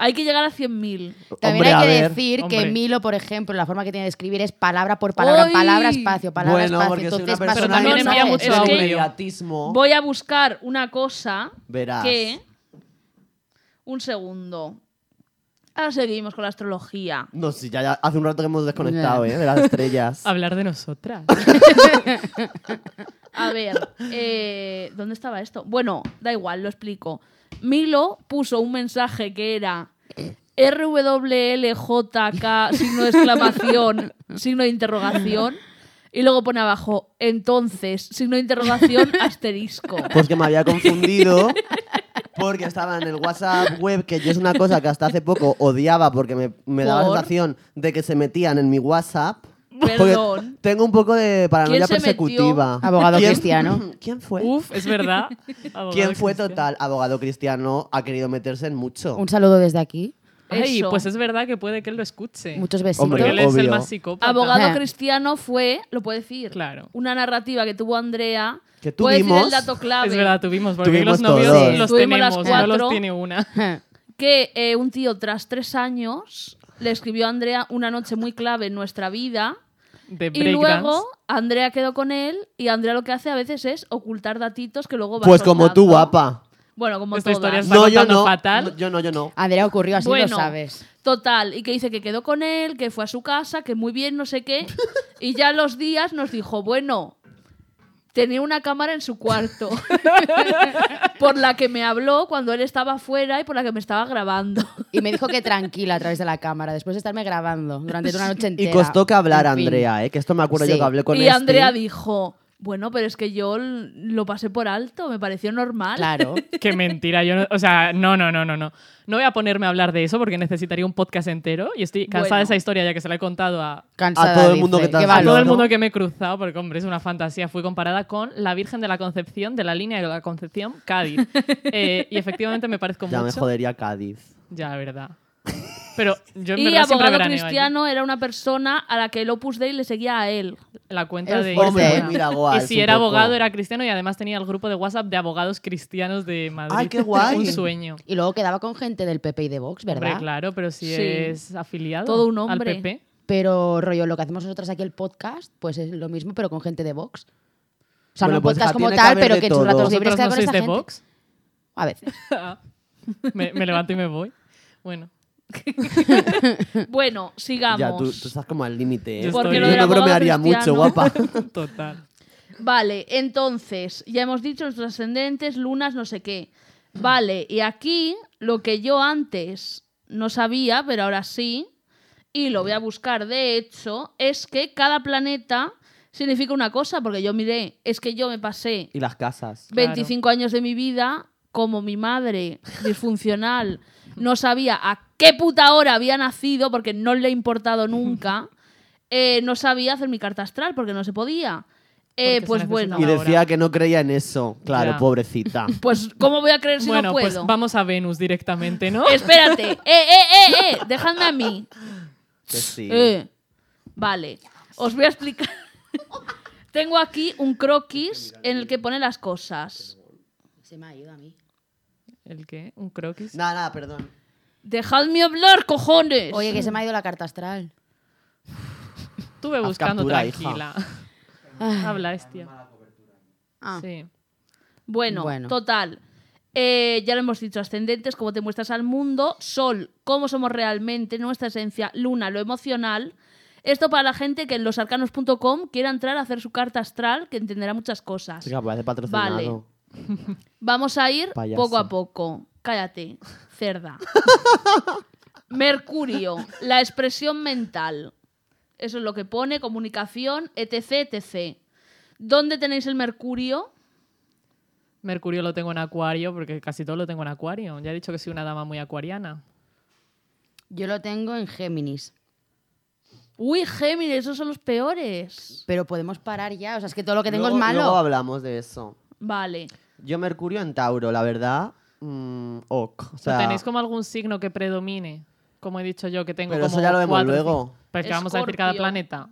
A: Hay que llegar a 100.000.
E: También
C: Hombre,
E: hay
C: a
E: que
C: ver.
E: decir que
D: hombre.
E: Milo, por ejemplo, la forma que tiene de escribir es palabra por palabra,
A: ¡Ay!
E: palabra, espacio, palabra,
C: bueno,
E: espacio.
C: porque soy una
E: Entonces,
C: persona
E: más o
D: Pero también
E: menos,
D: envía
E: ¿sabes?
D: mucho
C: es
D: audio.
C: inmediatismo.
A: Voy a buscar una cosa
C: Verás.
A: que... Un segundo. Ahora seguimos con la astrología.
C: No, sí, ya, ya hace un rato que hemos desconectado, ¿eh? De las
E: *laughs*
C: estrellas.
D: Hablar de
C: *laughs*
D: nosotras.
A: A ver, eh, ¿dónde estaba esto? Bueno, da igual, lo explico. Milo puso un mensaje que era RWLJK, signo de exclamación, signo de interrogación, y luego pone abajo, entonces, signo de interrogación, asterisco.
C: Pues que me había confundido porque estaba en el WhatsApp web, que yo es una cosa que hasta hace poco odiaba porque me, me daba la
A: ¿Por?
C: sensación de que se metían en mi WhatsApp. Porque
A: Perdón.
C: tengo un poco de paranoia
A: ¿Quién se
C: persecutiva.
E: metió? Abogado cristiano.
C: *laughs* ¿Quién fue?
D: Uf, es verdad. Abogado
C: ¿Quién fue
D: Cristian.
C: total? Abogado cristiano ha querido meterse en mucho.
E: Un saludo desde aquí.
D: Ay,
A: Eso.
D: pues es verdad que puede que él lo escuche.
E: Muchos besitos.
C: Hombre,
D: porque él es el
C: obvio.
D: más psicópata.
A: Abogado
E: Eh.
A: cristiano fue, lo puede decir,
D: Claro.
A: una narrativa que tuvo Andrea.
C: Que
A: Puede decir
C: tuvimos.
A: el dato clave.
D: Es verdad, tuvimos, porque
C: Tuvimos
D: los novios
C: todos.
D: los
A: Tuvimos las
D: tenemos, no
A: cuatro.
D: los tiene una.
A: que eh, un tío tras tres años le escribió a Andrea una noche muy clave en nuestra vida
D: De
A: y
D: breakdance.
A: luego Andrea quedó con él y Andrea lo que hace a veces es ocultar datitos que luego va
C: Pues como tú,
A: soltando.
C: guapa.
A: Bueno, como
D: Esta historia
A: todas.
D: Está
C: No, yo
D: contando
C: no.
D: fatal.
C: No, Yo no, yo no.
E: *laughs* Andrea ocurrió así,
A: Bueno,
E: lo sabes.
A: Total, y que dice que quedó con él, que fue a su casa, que muy bien, no sé
D: *laughs*
A: qué. Y ya a los días nos dijo, bueno, tenía una cámara en su
D: *laughs*
A: cuarto, por la que me habló cuando él estaba afuera y por la que me estaba grabando.
E: Y me dijo que tranquila a través de la cámara, después de estarme grabando durante una noche entera.
C: Y costó que hablar
E: En fin.
C: Andrea, ¿eh? Que esto me acuerdo
E: Sí.
C: yo que hablé con este
A: y
D: este?
C: Esti.
A: Andrea dijo, bueno, pero es que yo l- lo pasé por alto, me pareció normal.
E: Claro.
D: Qué mentira, yo no, o sea, no, no, no, no, no. No voy a ponerme a hablar de eso porque necesitaría un podcast entero y estoy cansada
A: Bueno.
D: de esa historia ya que se la he contado a,
E: Cansada,
C: A todo el mundo
E: dice.
C: que te
E: Qué
C: has
D: a
E: valor.
D: todo el
C: ¿no?
D: mundo que me he cruzado, porque hombre, es una fantasía. Fui comparada con la Virgen de la Concepción, de la línea de la Concepción,
C: *laughs*
D: Cádiz. Eh, y efectivamente me parezco
C: Ya me
D: mucho.
C: jodería Cádiz.
D: Ya, la verdad. Pero yo en
A: Y
D: verdad siempre
A: abogado
D: veraneo allí.
A: cristiano era una persona a la que el Opus Dei le seguía a
D: *laughs*
A: él.
D: La cuenta
E: El
D: de
E: fuerte.
D: Instagram.
C: Hombre, pues mira, guau,
D: Y si
C: ¿eh? es un
D: era
C: poco-
D: abogado, era cristiano y además tenía el grupo de WhatsApp de abogados cristianos de Madrid.
C: Ay, qué guay.
D: *laughs* Un sueño.
E: Y luego quedaba con gente del PP y de Vox, ¿verdad?
D: Hombre, claro, pero si
A: Sí.
D: es afiliado
A: Todo un
D: al
A: hombre.
D: PP.
E: Pero rollo, lo que hacemos nosotras aquí el podcast, pues es lo mismo, pero con gente de Vox. O sea,
C: Bueno,
E: no un
C: pues,
E: podcast
C: hija,
E: como
C: tiene que
E: tal,
C: haber
E: pero
C: de
E: que en sus
C: todo.
E: ratos libres
D: ¿Vosotros
E: queda
D: no
E: con
D: sois
E: esa
D: de
E: gente.
D: Vox?
E: A veces.
D: me, me levanto y me voy.
A: *laughs*
D: Bueno,
A: Bueno, sigamos.
C: Ya, tú, tú estás como al límite, ¿eh?
D: Yo Porque estoy-
C: yo
D: lo del
C: no
A: abogado
C: bromearía mucho,
A: cristiano- *laughs*
C: guapa.
D: total.
A: Vale, entonces, ya hemos dicho nuestros ascendentes, lunas, no sé qué. Vale, y aquí lo que yo antes no sabía, pero ahora sí, y lo voy a buscar de hecho, es que cada planeta significa una cosa, porque yo miré, es que yo me pasé
C: Y las casas.
D: Claro.
A: 25 años de mi vida, como mi madre disfuncional *laughs*
D: *laughs*
A: no sabía a qué puta hora había nacido, porque no le ha importado nunca, Eh, no sabía hacer mi carta astral porque no se podía. Eh,
D: Porque se
A: pues bueno,
D: necesitaba.
C: Y
D: Ahora.
C: decía que no creía en eso. Claro,
D: Ya. *laughs*
C: pobrecita.
A: pues ¿cómo voy a creer si
D: bueno,
A: no
D: pues
A: puedo?
D: vamos a Venus directamente, ¿no? *laughs*
A: Espérate. Eh, eh, eh, eh. Dejadme a mí.
C: Que sí.
A: Eh. Vale. Os voy a explicar. *laughs* Tengo aquí un croquis en el que pone las cosas.
E: Se me ha ido a mí.
D: ¿El qué? ¿Un croquis?
C: Nada, nada, perdón.
A: Dejadme hablar, cojones.
E: Oye, que se me ha ido la carta astral.
D: Estuve
C: Haz
D: buscando
C: captura,
D: tranquila. *laughs* Habla, hostia.
E: Ah.
D: Sí.
A: Bueno,
E: Bueno.
A: total. Eh, ya lo hemos dicho, ascendentes, cómo te muestras al mundo, sol, cómo somos realmente, nuestra esencia, luna, lo emocional. Esto para la gente que en losarcanos.com quiera entrar a hacer su carta astral, que entenderá muchas cosas.
C: Chica, parece patrocinado.
A: Vamos a ir
C: Payaso.
A: poco a poco. Cállate, cerda. Mercurio, la expresión mental. Eso es lo que pone, comunicación, etc, etc. ¿Dónde tenéis el Mercurio?
D: Mercurio lo tengo en acuario, porque casi todo lo tengo en acuario. Ya he dicho que soy una dama muy acuariana.
E: Yo lo tengo en Géminis.
A: Uy, Géminis, esos son los peores.
E: Pero podemos parar ya. O sea, es que todo lo que tengo
C: Luego-
E: es malo.
C: Luego hablamos de eso.
A: Vale.
C: Yo Mercurio en Tauro, la verdad. mm, ok. O sea,
D: ¿No ¿Tenéis como algún signo que predomine? Como he dicho yo, que tengo
C: Pero
D: como
C: eso ya lo vemos
D: cuatro,
C: luego.
D: cinco. Pero es que vamos a decir
A: Escorpio.
D: cada planeta.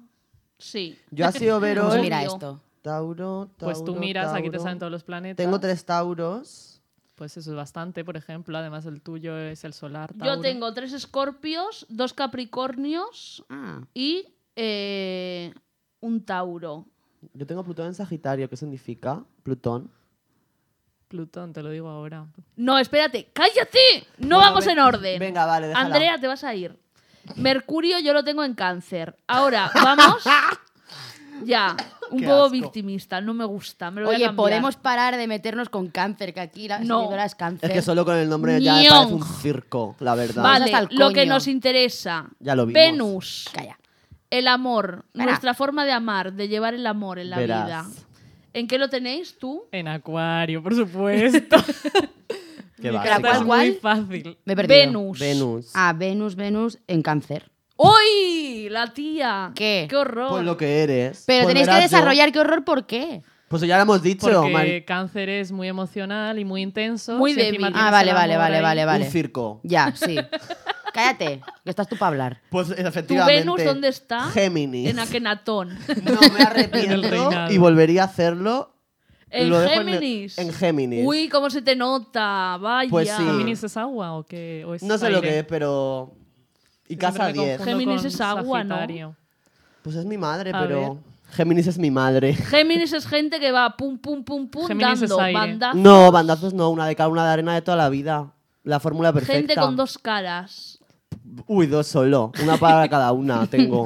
A: Sí.
C: yo ha
D: *laughs*
C: sido ver
E: Pues
A: Mercurio.
E: mira esto.
C: Tauro, Tauro.
D: Pues tú miras, aquí te
C: Tauro.
D: salen todos los planetas.
C: Tengo tres Tauros.
D: Pues eso es bastante, por ejemplo. Además, el tuyo es el solar.
A: Yo
D: Tauro.
A: tengo tres escorpios, dos capricornios
E: Ah.
A: y eh, un Tauro.
C: Yo tengo Plutón en Sagitario. ¿Qué significa? Plutón.
D: Plutón, te lo digo ahora.
A: No, espérate, cállate. No
C: Bueno,
A: vamos
C: ve-
A: en orden.
C: venga, vale, déjala.
A: Andrea, te vas a ir. Mercurio yo lo tengo en cáncer. Ahora,
C: *laughs*
A: vamos. ya, un
C: Qué
A: poco
C: asco.
A: victimista, no me gusta. Me lo voy a
E: Oye,
A: cambiar.
E: podemos parar de meternos con cáncer, que aquí la
A: No.
E: seguidora es cáncer.
C: Es que solo con el nombre ya me
A: Ñon.
C: parece un circo, la verdad.
A: Vale,
E: hasta el
A: lo que
E: coño.
A: nos interesa.
C: Ya lo vimos.
A: Venus.
E: Calla.
A: El amor,
E: Verá.
A: nuestra forma de amar, de llevar el amor en la
C: Verás.
A: vida. ¿En qué lo tenéis tú?
D: En acuario,
A: *laughs*
D: por supuesto.
C: Qué
D: Mi
C: básica.
D: carta *laughs* es
E: ¿Cuál, cuál?
D: muy fácil.
E: Me he perdido.
A: Venus.
C: Venus.
E: Ah, Venus, Venus en cáncer.
A: ¡Uy! La tía.
E: ¿Qué?
A: ¡Qué horror!
C: Pues lo que eres.
E: Pero
C: Pues
E: tenéis que
C: verás yo.
E: desarrollar qué horror, ¿por qué?
C: Pues ya lo hemos dicho.
D: Porque
C: Mari-
D: cáncer es muy emocional y muy intenso.
A: Muy
D: Si
A: débil.
D: encima tienes
E: Ah, vale,
D: el
E: vale,
D: amor
E: vale,
D: ahí-
E: vale,
C: Un
E: vale.
C: circo.
E: Ya, sí. *laughs* Cállate, que estás tú para hablar.
C: Pues
A: ¿Tu
C: efectivamente.
A: Venus dónde está?
C: Géminis.
A: En Akenatón.
C: *laughs* No me
D: *laughs* En el
C: arrepiento
D: reinado.
C: y volvería a hacerlo.
A: ¿En
C: Lo dejo en el-
A: Géminis?
C: en Géminis.
A: Uy, cómo se te nota. Vaya.
C: Pues sí.
D: ¿Géminis es agua o qué? ¿O es
C: No sé lo
D: aire?
C: que es, pero. Y casa
D: Siempre me
C: 10.
D: confundo
A: Géminis
D: con
A: es agua, ¿no? Ah,
D: Sagitario.
C: Pues es mi madre,
D: A
C: pero.
D: ver.
C: Géminis es mi madre.
A: Géminis es gente que va pum, pum, pum, pum,
D: Géminis es
A: dando
D: aire.
A: banda.
C: No, bandazos no, una de cada una de arena de toda la vida. La fórmula perfecta.
A: gente con dos caras.
C: Uy, dos solo. Una para cada una
E: *laughs*
C: tengo.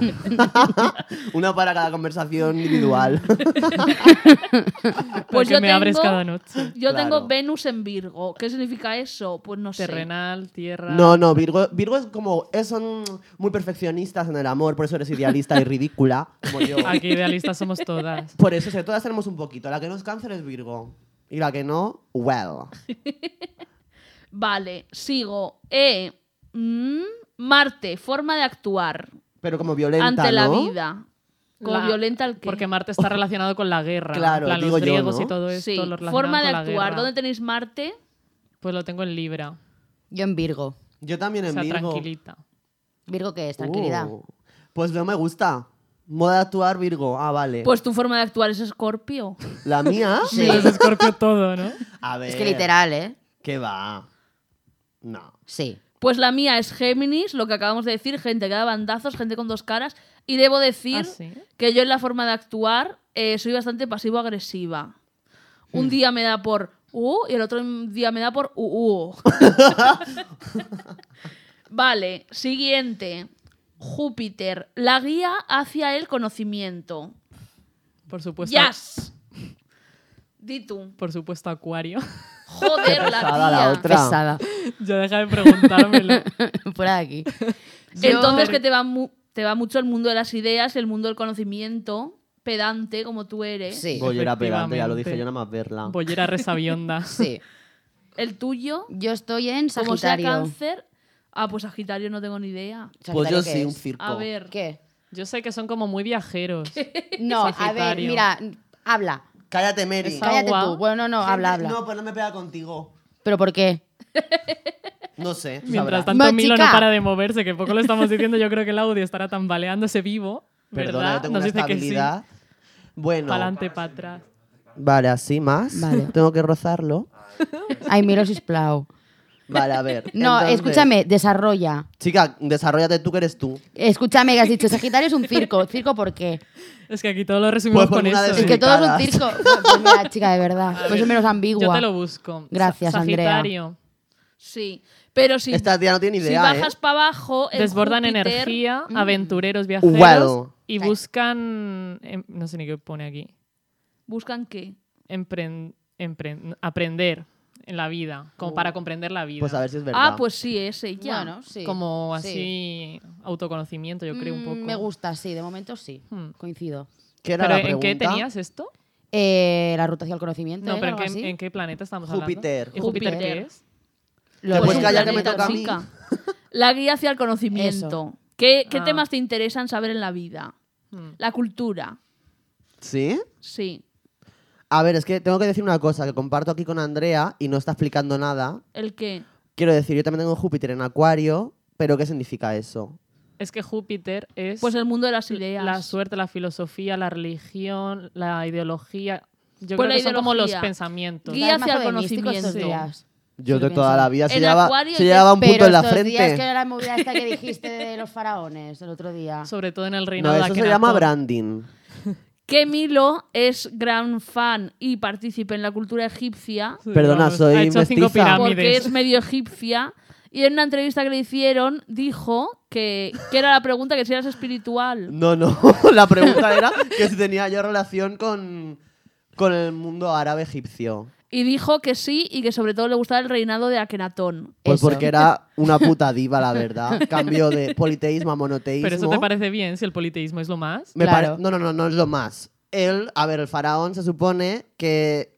C: una para cada conversación
E: *laughs*
C: individual.
D: Lo
A: Pues
D: que
A: yo
D: me
A: tengo-
D: abres cada
A: *laughs*
D: noche.
A: Yo
C: Claro.
A: tengo Venus en Virgo. ¿Qué significa eso? Pues no sé.
D: Terrenal, tierra.
C: no, no, Virgo, Virgo es como. es- son muy perfeccionistas en el amor, por eso eres idealista y ridícula, como yo.
D: Aquí idealistas somos
A: *laughs*
D: todas.
C: Por eso, o sea, todas tenemos un poquito. La que no es cáncer es Virgo. Y la que no, well.
A: Vale, sigo. E. mm, Marte, forma de actuar
C: Pero como violenta,
A: ante la
C: ¿no?
A: vida. Como
D: La-
A: violenta al que.
D: Porque Marte está relacionado con la guerra.
C: Claro,
D: en plan,
C: digo
D: los
C: yo,
D: griegos
C: ¿no?
D: y todo esto.
A: sí,
D: lo relacionaban
A: forma de
D: con la
A: actuar.
D: guerra.
A: ¿Dónde tenéis Marte?
D: Pues lo tengo en Libra.
E: Yo en Virgo.
C: Yo también *laughs*
D: O
C: en
D: sea,
C: Virgo.
D: tranquilita.
E: Virgo que es tranquilidad.
C: Uh, pues no me gusta. Moda de actuar Virgo. Ah, vale.
A: Pues tu forma de actuar es Escorpio.
C: la mía.
E: *laughs* Sí.
D: Los escorpio todo, ¿no?
C: A ver.
E: Es que literal, ¿eh?
C: ¿Qué va? No.
E: Sí.
A: Pues la mía es Géminis, lo que acabamos de decir, gente que da bandazos, gente con dos caras. Y debo decir
D: Ah, sí.
A: que yo en la forma de actuar eh, soy bastante pasivo-agresiva. Un día me da por uh y el otro día me da por uh. uh. vale, siguiente. Júpiter, la guía hacia el conocimiento.
D: Por supuesto.
A: Yes. Di tú.
D: Por supuesto, Acuario. *laughs*
A: Joder, la
C: pesada la
A: tía.
C: otra. Tra.
E: Pesada. *laughs*
D: ya deja de preguntármelo.
E: Fuera de aquí.
A: Entonces que te va, mu- te va mucho el mundo de las ideas, el mundo del conocimiento, pedante como tú eres.
E: Sí.
C: Bollera pegante, ya lo dije yo
D: efectivamente.
C: nada más verla.
D: Bollera resabionda.
E: Sí.
A: El tuyo,
E: Yo estoy en
A: como sea
E: Sagitario.
A: cáncer, ah, pues Sagitario no tengo ni idea.
E: Sagitario,
C: pues yo
E: ¿qué
C: sí,
E: es?
C: un circo.
A: A ver,
E: ¿Qué?
D: Yo sé que son como muy viajeros.
E: No, a ver,
D: Sagitario.
E: mira, habla.
C: Cállate, Mary.
D: Esa-
E: Cállate
D: Agua.
E: tú. Bueno, no,
C: Gente,
E: habla, habla.
C: No, pues no me pega contigo.
E: ¿Pero por qué?
C: No
D: *laughs*
C: sé.
D: Mientras
C: sabrás.
D: tanto,
E: Ma,
D: Milo no
E: chica.
D: para de moverse, que poco lo estamos diciendo. Yo creo que el audio estará tambaleándose vivo. ¿Verdad?
C: Perdona, yo tengo
D: Nos
C: una
D: dice que sí.
C: estabilidad. Bueno,
D: Para adelante, para atrás.
C: vale, así más.
E: Vale.
C: *laughs* Tengo que rozarlo.
E: Ay, Milo Sisplau.
C: Vale, a ver.
E: *laughs* No,
C: entonces-
E: escúchame, desarrolla.
C: Chica, desarrollate tú que eres tú.
E: Escúchame, que has dicho, Sagitario es un circo. ¿Circo por qué?
D: Es que aquí todo lo resumimos
C: Pues por
D: con
C: una
D: eso.
C: de
E: Es
D: ¿eh?
E: que todo es un
C: Caras.
E: circo. Bueno, Pues
C: *laughs*
E: mira, chica, de verdad. Pues menos ambigua.
D: Yo te lo busco.
E: Gracias,
D: Sa-
E: Andrea.
D: Sagitario.
A: Sí, pero si,
C: Esta tía no tiene
A: si
C: idea,
A: bajas
C: ¿eh?
A: para abajo, en
D: Desbordan
A: Júpiter-
D: energía,
E: mm.
D: aventureros, viajeros.
C: Wow.
D: Y buscan. em, no sé ni qué pone aquí.
A: ¿Buscan qué?
D: Empren- empren- aprender en la vida. Como para comprender la vida.
C: Pues a ver si es verdad.
A: Ah, pues sí, ese ya.
E: Bueno, sí.
D: Como
E: sí.
D: así, autoconocimiento, yo creo un
E: Mm,
D: poco.
E: Me gusta, sí, de
D: *laughs*
E: momento sí.
D: Hmm.
E: Coincido.
C: ¿Qué era
D: ¿Pero
C: la
D: en qué
C: pregunta?
D: tenías esto?
E: Eh, la ruta hacia el conocimiento.
D: No,
E: ¿era
D: pero ¿en
E: algo
D: qué,
E: así?
D: en qué planeta estamos
C: Júpiter.
D: hablando? ¿Y Júpiter
E: Júpiter.
D: qué es?
E: Lo
C: Te puedes
E: de-
A: Pues un
C: callar Pues que me
A: planeta,
C: toca a mí.
A: chica. La guía hacia el conocimiento. ¿Qué, qué
D: Ah.
A: temas te interesan saber en la vida?
D: Hmm.
A: La cultura,
C: ¿Sí?
A: sí.
C: A ver, es que tengo que decir una cosa que comparto aquí con Andrea y no está explicando nada.
A: ¿El qué?
C: Quiero decir, yo también tengo Júpiter en Acuario, pero ¿qué significa eso?
D: Es que Júpiter es
A: Pues el mundo de las ideas.
D: la suerte, la filosofía, la religión, la ideología. Yo
A: Pues
D: creo
A: la
D: que son como los
A: ideología.
D: pensamientos.
A: Guía
E: Estás
A: hacia
E: mazo
A: el
E: de místico estos
A: conocimiento.
E: días.
C: Yo
E: Sí, lo
C: de toda
E: pienso.
C: la vida se
A: En
C: llevaba,
A: Acuario
C: se
A: dices,
C: llevaba un
E: Pero
C: punto en la
E: estos días
C: frente.
E: que era la movida esta que
D: *laughs*
E: dijiste de los faraones el otro día.
D: Sobre todo en el reino
C: No,
D: de
C: eso se
D: Akenatón.
C: llama branding.
A: Que Milo es gran fan y partícipe en la cultura egipcia,
D: Sí,
C: Perdona,
D: vamos,
C: soy
D: ha hecho cinco
C: mestiza.
A: porque
D: pirámides.
A: es medio egipcia. Y en una entrevista que le hicieron, dijo que, que era la pregunta que si eras espiritual.
C: No, no, *laughs* la pregunta era que si tenía yo relación con, con el mundo árabe egipcio.
A: Y dijo que sí y que sobre todo le gustaba el reinado de Akenatón.
C: Pues
E: Eso.
C: porque era una puta diva, la
E: *laughs*
C: verdad. Cambio de politeísmo a monoteísmo.
D: Pero eso te parece bien si el politeísmo es lo más.
C: Me
E: Claro.
C: pare- No, no, no, no es lo más. Él, a ver, el faraón se supone que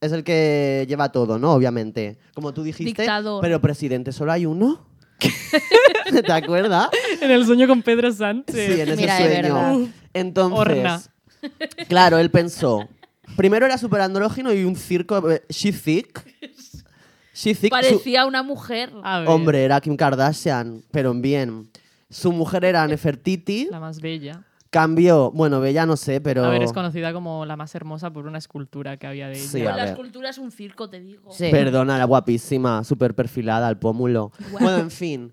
C: es el que lleva todo, ¿no? Obviamente. Como tú dijiste.
A: Dictador.
C: Pero presidente, solo hay
E: *laughs*
C: uno. ¿Te acuerdas?
D: En el sueño con Pedro Sánchez.
C: Sí, en ese
E: Mira, de verdad.
C: sueño. Entonces,
D: Horna.
C: claro, él pensó. Primero era súper andrógino y un circo. eh, She thick. She thick. su- Ah,
A: Parecía una mujer.
D: A ver,
C: hombre, era Kim Kardashian, pero en bien. Su mujer era Nefertiti.
D: La más bella.
C: Cambió. Bueno, Bella no sé, pero.
D: A ver, es conocida como la más hermosa por una escultura que había de ella.
C: Sí,
A: Pues
C: a
A: la
C: ver.
A: escultura es un circo, te digo.
E: Sí.
C: Perdona, era guapísima, súper perfilada, al pómulo. Bueno, en fin.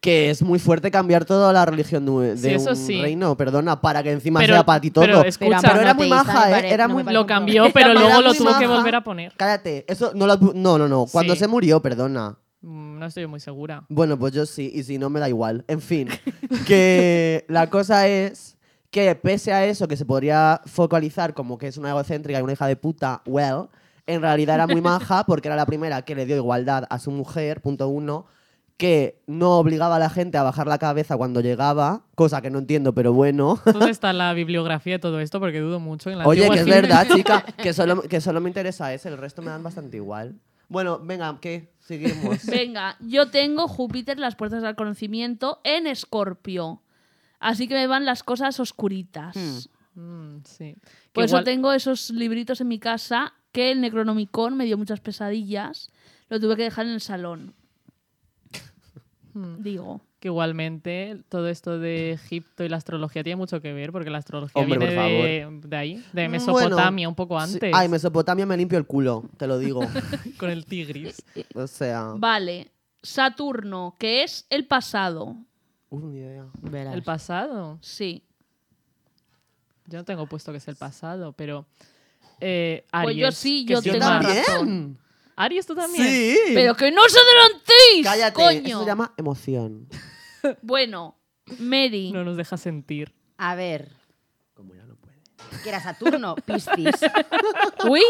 C: Que es muy fuerte cambiar toda la religión de, un-
D: Sí,
C: de
D: eso
C: un
D: sí.
C: reino, perdona, para que encima
D: Pero-
C: sea para ti todo.
D: pero escucha, Pero
C: era muy
E: monoteísta,
C: maja,
E: me
C: ¿eh?
E: pare-
C: era
E: no me
C: muy-
E: parece
D: Lo
E: un *laughs* problema.
D: cambió, pero
C: Era
D: luego
C: muy
D: lo tuvo que
C: maja.
D: volver a poner.
C: Cállate, eso no lo... pu- No, no, no. Cuando
D: Sí.
C: se murió, perdona.
D: Mm, No estoy muy segura.
C: Bueno, pues yo sí, y si no, me da igual. En fin, que la cosa es que pese a eso, que se podría focalizar como que es una egocéntrica y una hija de puta, well, en realidad era muy maja porque era la primera que le dio igualdad a su mujer, punto uno, que no obligaba a la gente a bajar la cabeza cuando llegaba, cosa que no entiendo, pero bueno.
D: ¿Dónde está la bibliografía de todo esto? Porque dudo mucho. En la
C: *laughs* Oye,
D: antigua
C: que es
D: Egipto.
C: verdad, chica, que solo, que solo me interesa ese, el resto me dan bastante igual. Bueno, venga, ¿qué? Seguimos.
A: Venga, yo tengo Júpiter, las puertas al conocimiento, en Escorpio. Así que me van las cosas oscuritas.
C: Hmm.
D: Mm, sí. Que
A: Por eso Pues
D: igual-
A: tengo esos libritos en mi casa que el Necronomicon me dio muchas pesadillas. Lo tuve que dejar en el salón.
C: Hmm.
A: Digo.
D: que igualmente todo esto de Egipto y la astrología tiene mucho que ver, porque la astrología
C: Hombre,
D: viene
C: por Mm,
D: de, de ahí, de Mesopotamia,
C: Bueno,
D: un poco
C: sí.
D: antes,
C: Ay, Mesopotamia me limpio el culo, te lo digo.
D: con el Tigris.
C: O sea.
A: Vale. Saturno, que es el pasado.
C: Uf, Uh, ni idea.
E: Verás.
D: El pasado.
A: Sí.
D: Yo no tengo puesto que es el pasado, pero... eh,
A: Pues
D: Aries,
A: yo sí,
D: que
A: yo
D: sí
A: tengo
D: más-
A: razón.
D: Aries, tú también.
C: Sí.
A: Pero que no os adelantéis.
C: Cállate,
A: coño.
C: eso se llama emoción.
A: Bueno, Mary.
D: No nos deja sentir.
E: A ver,
C: Como ya no puede.
E: que era Saturno,
C: *laughs*
E: Piscis.
A: Uy,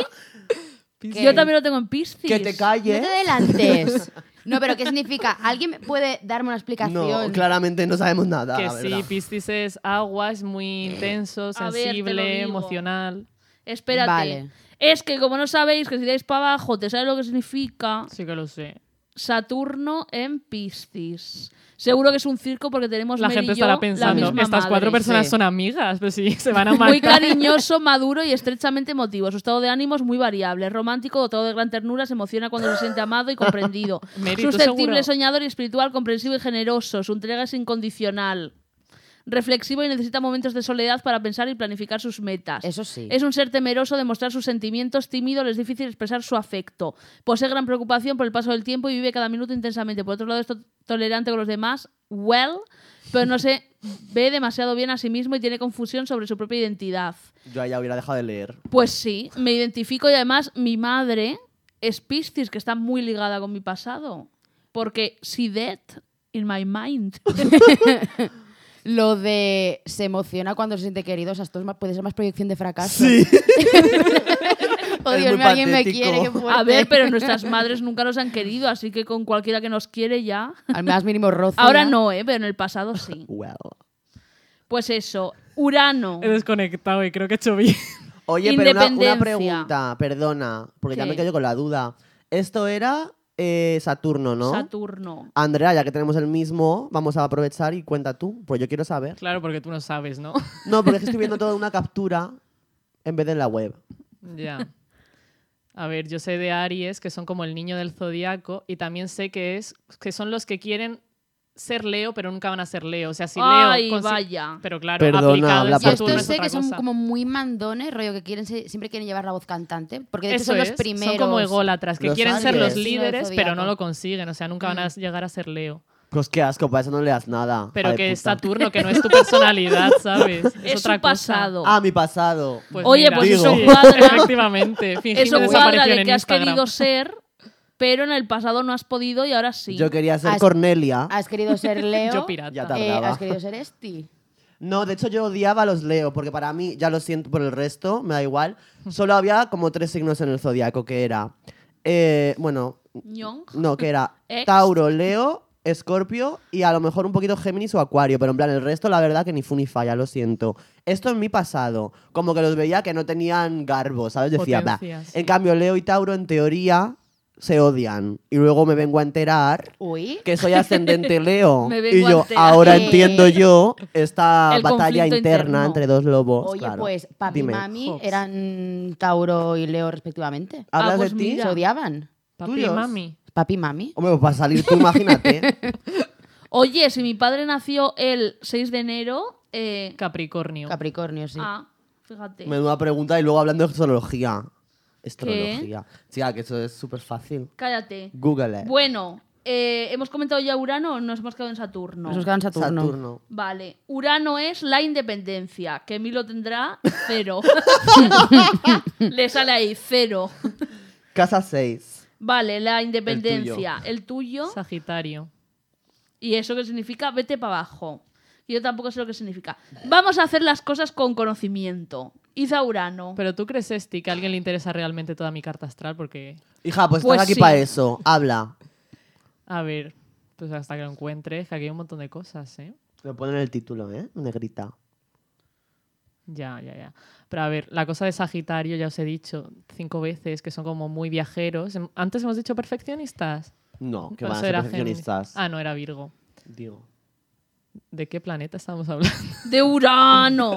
E: ¿Qué?
A: yo también lo tengo en Piscis.
C: Que te
E: No te
C: calles.
E: adelantes. *laughs* No, pero ¿qué significa? ¿Alguien puede darme una explicación?
C: No, claramente no sabemos nada.
D: Que
C: la
D: sí,
C: Ah, verdad.
D: Piscis es agua, es muy intenso,
A: A ver, te lo
D: sensible,
A: digo.
D: emocional.
A: Espérate.
E: Vale.
A: Es que como no sabéis que si dais para abajo te sabe lo que significa.
D: Sí que lo sé.
A: Saturno en Piscis. Seguro que es un circo porque tenemos
D: Pues La
A: Mary y yo
D: gente estará
A: la
D: pensando,
A: misma
D: estas cuatro
A: madre.
D: personas
E: sí.
D: son amigas, pero sí, *laughs* se van a
A: Muy
D: marcar.
A: cariñoso, maduro y estrechamente emotivo. Su estado de ánimo es muy variable. Es romántico, dotado de gran ternura, se emociona cuando se siente amado y comprendido.
D: *laughs* Mérito
A: Susceptible,
D: seguro.
A: soñador y espiritual, comprensivo y generoso. Su entrega es incondicional. Reflexivo y necesita momentos de soledad para pensar y planificar sus metas.
E: Eso sí.
A: Es un ser temeroso de mostrar sus sentimientos, tímido, le es difícil expresar su afecto. Posee gran preocupación por el paso del tiempo y vive cada minuto intensamente. Por otro lado, es to- tolerante con los demás, well, pero no se ve demasiado bien a sí mismo y tiene confusión sobre su propia identidad.
C: Yo ahí ya hubiera dejado de leer.
A: Pues sí, me identifico y además mi madre es Piscis, que está muy ligada con mi pasado. Porque she dead in my mind.
E: Lo de se emociona cuando se siente querido, o sea, esto es más- puede ser más proyección de fracaso. *laughs* Oh,
C: Es
E: Dios
C: muy
E: mío, alguien me
C: patético.
E: quiere, qué fuerte.
A: A ver, pero nuestras madres nunca nos han querido, así que con cualquiera que nos quiere ya.
E: Al más mínimo roce.
A: Ahora
E: ya.
A: no, ¿eh? pero en el pasado sí.
C: Well.
A: Pues eso, Urano.
D: He desconectado y creo que he hecho bien.
C: Oye, pero una- una,
A: Independencia.
C: pregunta, perdona, porque ya
A: ¿Qué?
C: me quedo con la duda. Esto era eh, Saturno, ¿no?
A: Saturno.
C: Andrea, ya que tenemos el mismo, vamos a aprovechar y cuenta tú, pues yo quiero saber.
D: Claro, porque tú no sabes, ¿no?
C: No, porque es que estoy viendo toda una captura en vez de en la web.
D: Ya. A ver, yo sé de Aries, que son como el niño del zodiaco, y también sé que, es, que son los que quieren ser Leo, pero nunca van a ser Leo. O sea, si
A: Ay,
D: Leo. consi-
A: vaya.
D: Pero claro,
C: Perdona,
D: aplicado en
C: habla
E: Yo
C: por
D: Saturno
E: esto
C: ti.
D: es
E: sé
D: otra
E: que son
D: cosa.
E: como muy mandones, rollo que quieren ser- siempre quieren llevar la voz cantante, porque de hecho
D: Eso
E: son los
D: es,
E: primeros.
D: Son como ególatras, que
C: Los
D: quieren ser los
C: Aries.
D: líderes,
E: Zodiaco.
D: pero no lo consiguen. O sea, nunca van a llegar a ser Leo.
C: Pues qué asco, para eso no leas nada. hija
D: Pero
C: de
D: que es
C: puta.
D: Saturno, que no es tu
E: *laughs*
D: personalidad, ¿sabes? Es,
A: Es,
D: otra
A: su pasado.
C: Ah, mi pasado.
D: Cosa. Pues
A: Oye,
D: mira,
C: pues eso
D: sí,
A: cuadra.
D: Efectivamente, fingiendo
A: eso cuadra
D: desaparición
A: de
D: en
A: que has
D: Instagram.
A: querido ser, pero en el pasado no has podido y ahora sí.
C: Yo quería ser
E: Has-
C: Cornelia.
E: Has querido
D: *laughs*
E: ser Leo.
D: Yo pirata.
C: Ya te-
E: eh,
C: Tardaba.
E: has querido ser Esti.
C: No, de hecho yo odiaba a los Leo, porque para mí, ya lo siento por el resto, me da
D: *laughs*
C: igual. Solo había como tres signos en el zodiaco, que era. eh, bueno,
A: Ñong.
C: no, que era
A: *laughs* Ex.
C: Tauro, Leo, Escorpio y a lo mejor un poquito Géminis o Acuario, pero en plan, el resto, la verdad, que ni fun ni falla, lo siento. Esto en mi pasado, como que los veía que no tenían garbo, ¿sabes? Decía, bah.
D: Potencia, sí.
C: En cambio, Leo y Tauro, en teoría, se odian. Y luego me vengo a enterar
E: Uy.
C: que
A: *laughs*
C: soy ascendente Leo.
A: Me
C: y
A: vengo
C: yo
A: ante-
C: ahora
E: Eh,
C: entiendo yo esta
A: el
C: batalla
A: conflicto
C: interna
A: interno.
C: entre dos lobos.
E: Oye,
C: claro.
E: pues papi y
C: Dime.
E: mami
D: Jops.
E: eran Tauro y Leo respectivamente.
C: ¿Hablas
A: Ah, pues
C: de ti?
A: mira.
E: Se odiaban.
D: Papi,
C: tuyos.
D: mami.
E: Papi y mami.
C: Hombre, pues para salir tú,
A: *laughs*
C: imagínate.
A: Oye, si mi padre nació el 6 de enero, eh,
D: Capricornio.
E: Capricornio, sí.
A: ah, fíjate.
C: Menuda pregunta y luego hablando de astrología.
A: ¿Qué?
C: Astrología. Tía, que eso es súper fácil.
A: Cállate.
C: Google. it.
A: Bueno, eh, hemos comentado ya Urano o nos hemos quedado en Saturno.
E: Nos quedan Saturno.
C: Saturno.
A: Vale, Urano es la independencia, que Milo tendrá cero. *laughs* Le sale ahí cero.
C: Casa 6.
A: Vale, la independencia, el tuyo.
D: Sagitario.
A: y eso que significa vete para abajo. Yo tampoco sé lo que significa. Vamos a hacer las cosas con conocimiento. Iza Urano.
D: Pero tú crees, Esti, que a alguien le interesa realmente toda mi carta astral, porque.
C: Hija, pues,
A: Pues
C: estás aquí
A: sí.
C: para eso. Habla.
D: A ver, pues hasta que lo encuentres, que aquí hay un montón de cosas, ¿eh?
C: Lo ponen en el título, ¿eh? Negrita.
D: Ya, ya, ya. Pero a ver, la cosa de Sagitario, ya os he dicho cinco veces, que son como muy viajeros. Em- Antes hemos dicho perfeccionistas.
C: No, que
D: Pero
C: van a
D: eso
C: ser
D: era Pues Géminis.
C: perfeccionistas.
D: Ah, no, era Virgo.
C: Digo.
D: ¿De qué planeta estamos hablando? *laughs*
A: De Urano.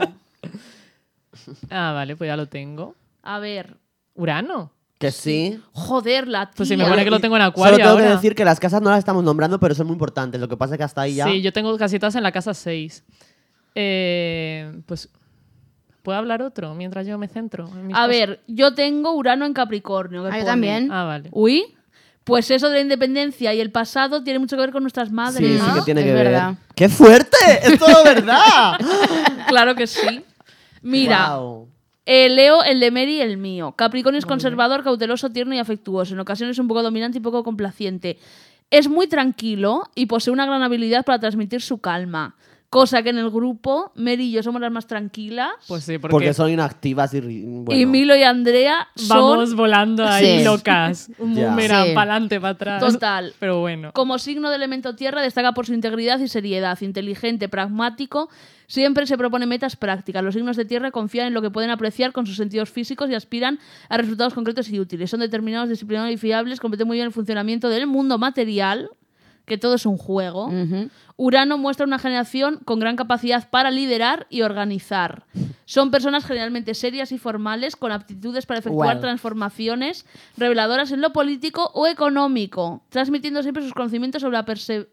D: ah, vale, pues ya lo tengo.
A: A ver.
D: Urano.
C: Que sí.
A: Joder, la tía.
D: Pues si me pone que lo tengo en Acuario.
C: Solo tengo que
D: ahora.
C: decir que las casas no las estamos nombrando, pero son muy importantes. Lo que pasa es que hasta ahí ya.
D: Sí, yo tengo casi todas en la casa 6. pues, ¿puedo hablar otro mientras yo me centro? en mis
A: A
D: cosas?
A: ver, yo tengo Urano en Capricornio. que
E: Ah, yo
A: pone-
E: también.
D: Ah, vale.
A: Uy. Pues eso de la independencia y el pasado tiene mucho que ver con nuestras madres. Ah,
C: Sí, sí
A: ¿no?
C: que tiene
E: Es
C: que
E: verdad.
C: ver. ¡Qué fuerte! ¡Es
D: *laughs*
C: todo verdad!
A: Claro que sí. Mira,
C: Guau.
A: eh, Leo, el de Mary, el mío. Capricornio es conservador, cauteloso, tierno y afectuoso. En ocasiones un poco dominante y poco complaciente. Es muy tranquilo y posee una gran habilidad para transmitir su calma. Cosa que en el grupo, Mary y yo somos las más tranquilas.
D: Pues sí, porque,
C: Porque, son inactivas y... ri- bueno.
A: Y Milo y Andrea son
D: vamos volando ahí
E: Sí.
D: locas. Un
C: Ya.
D: boomerang
E: Sí.
D: para adelante, para atrás.
A: Total.
D: Pero bueno.
A: Como signo de elemento tierra, destaca por su integridad y seriedad, inteligente, pragmático, siempre se propone metas prácticas. Los signos de tierra confían en lo que pueden apreciar con sus sentidos físicos y aspiran a resultados concretos y útiles. Son determinados, disciplinados y fiables, comprenden muy bien el funcionamiento del mundo material, que todo es un juego.
E: Ujú.
A: Urano muestra una generación con gran capacidad para liderar y organizar. Son personas generalmente serias y formales, con aptitudes para efectuar
E: Well.
A: transformaciones reveladoras en lo político o económico, transmitiendo siempre sus conocimientos sobre la perse-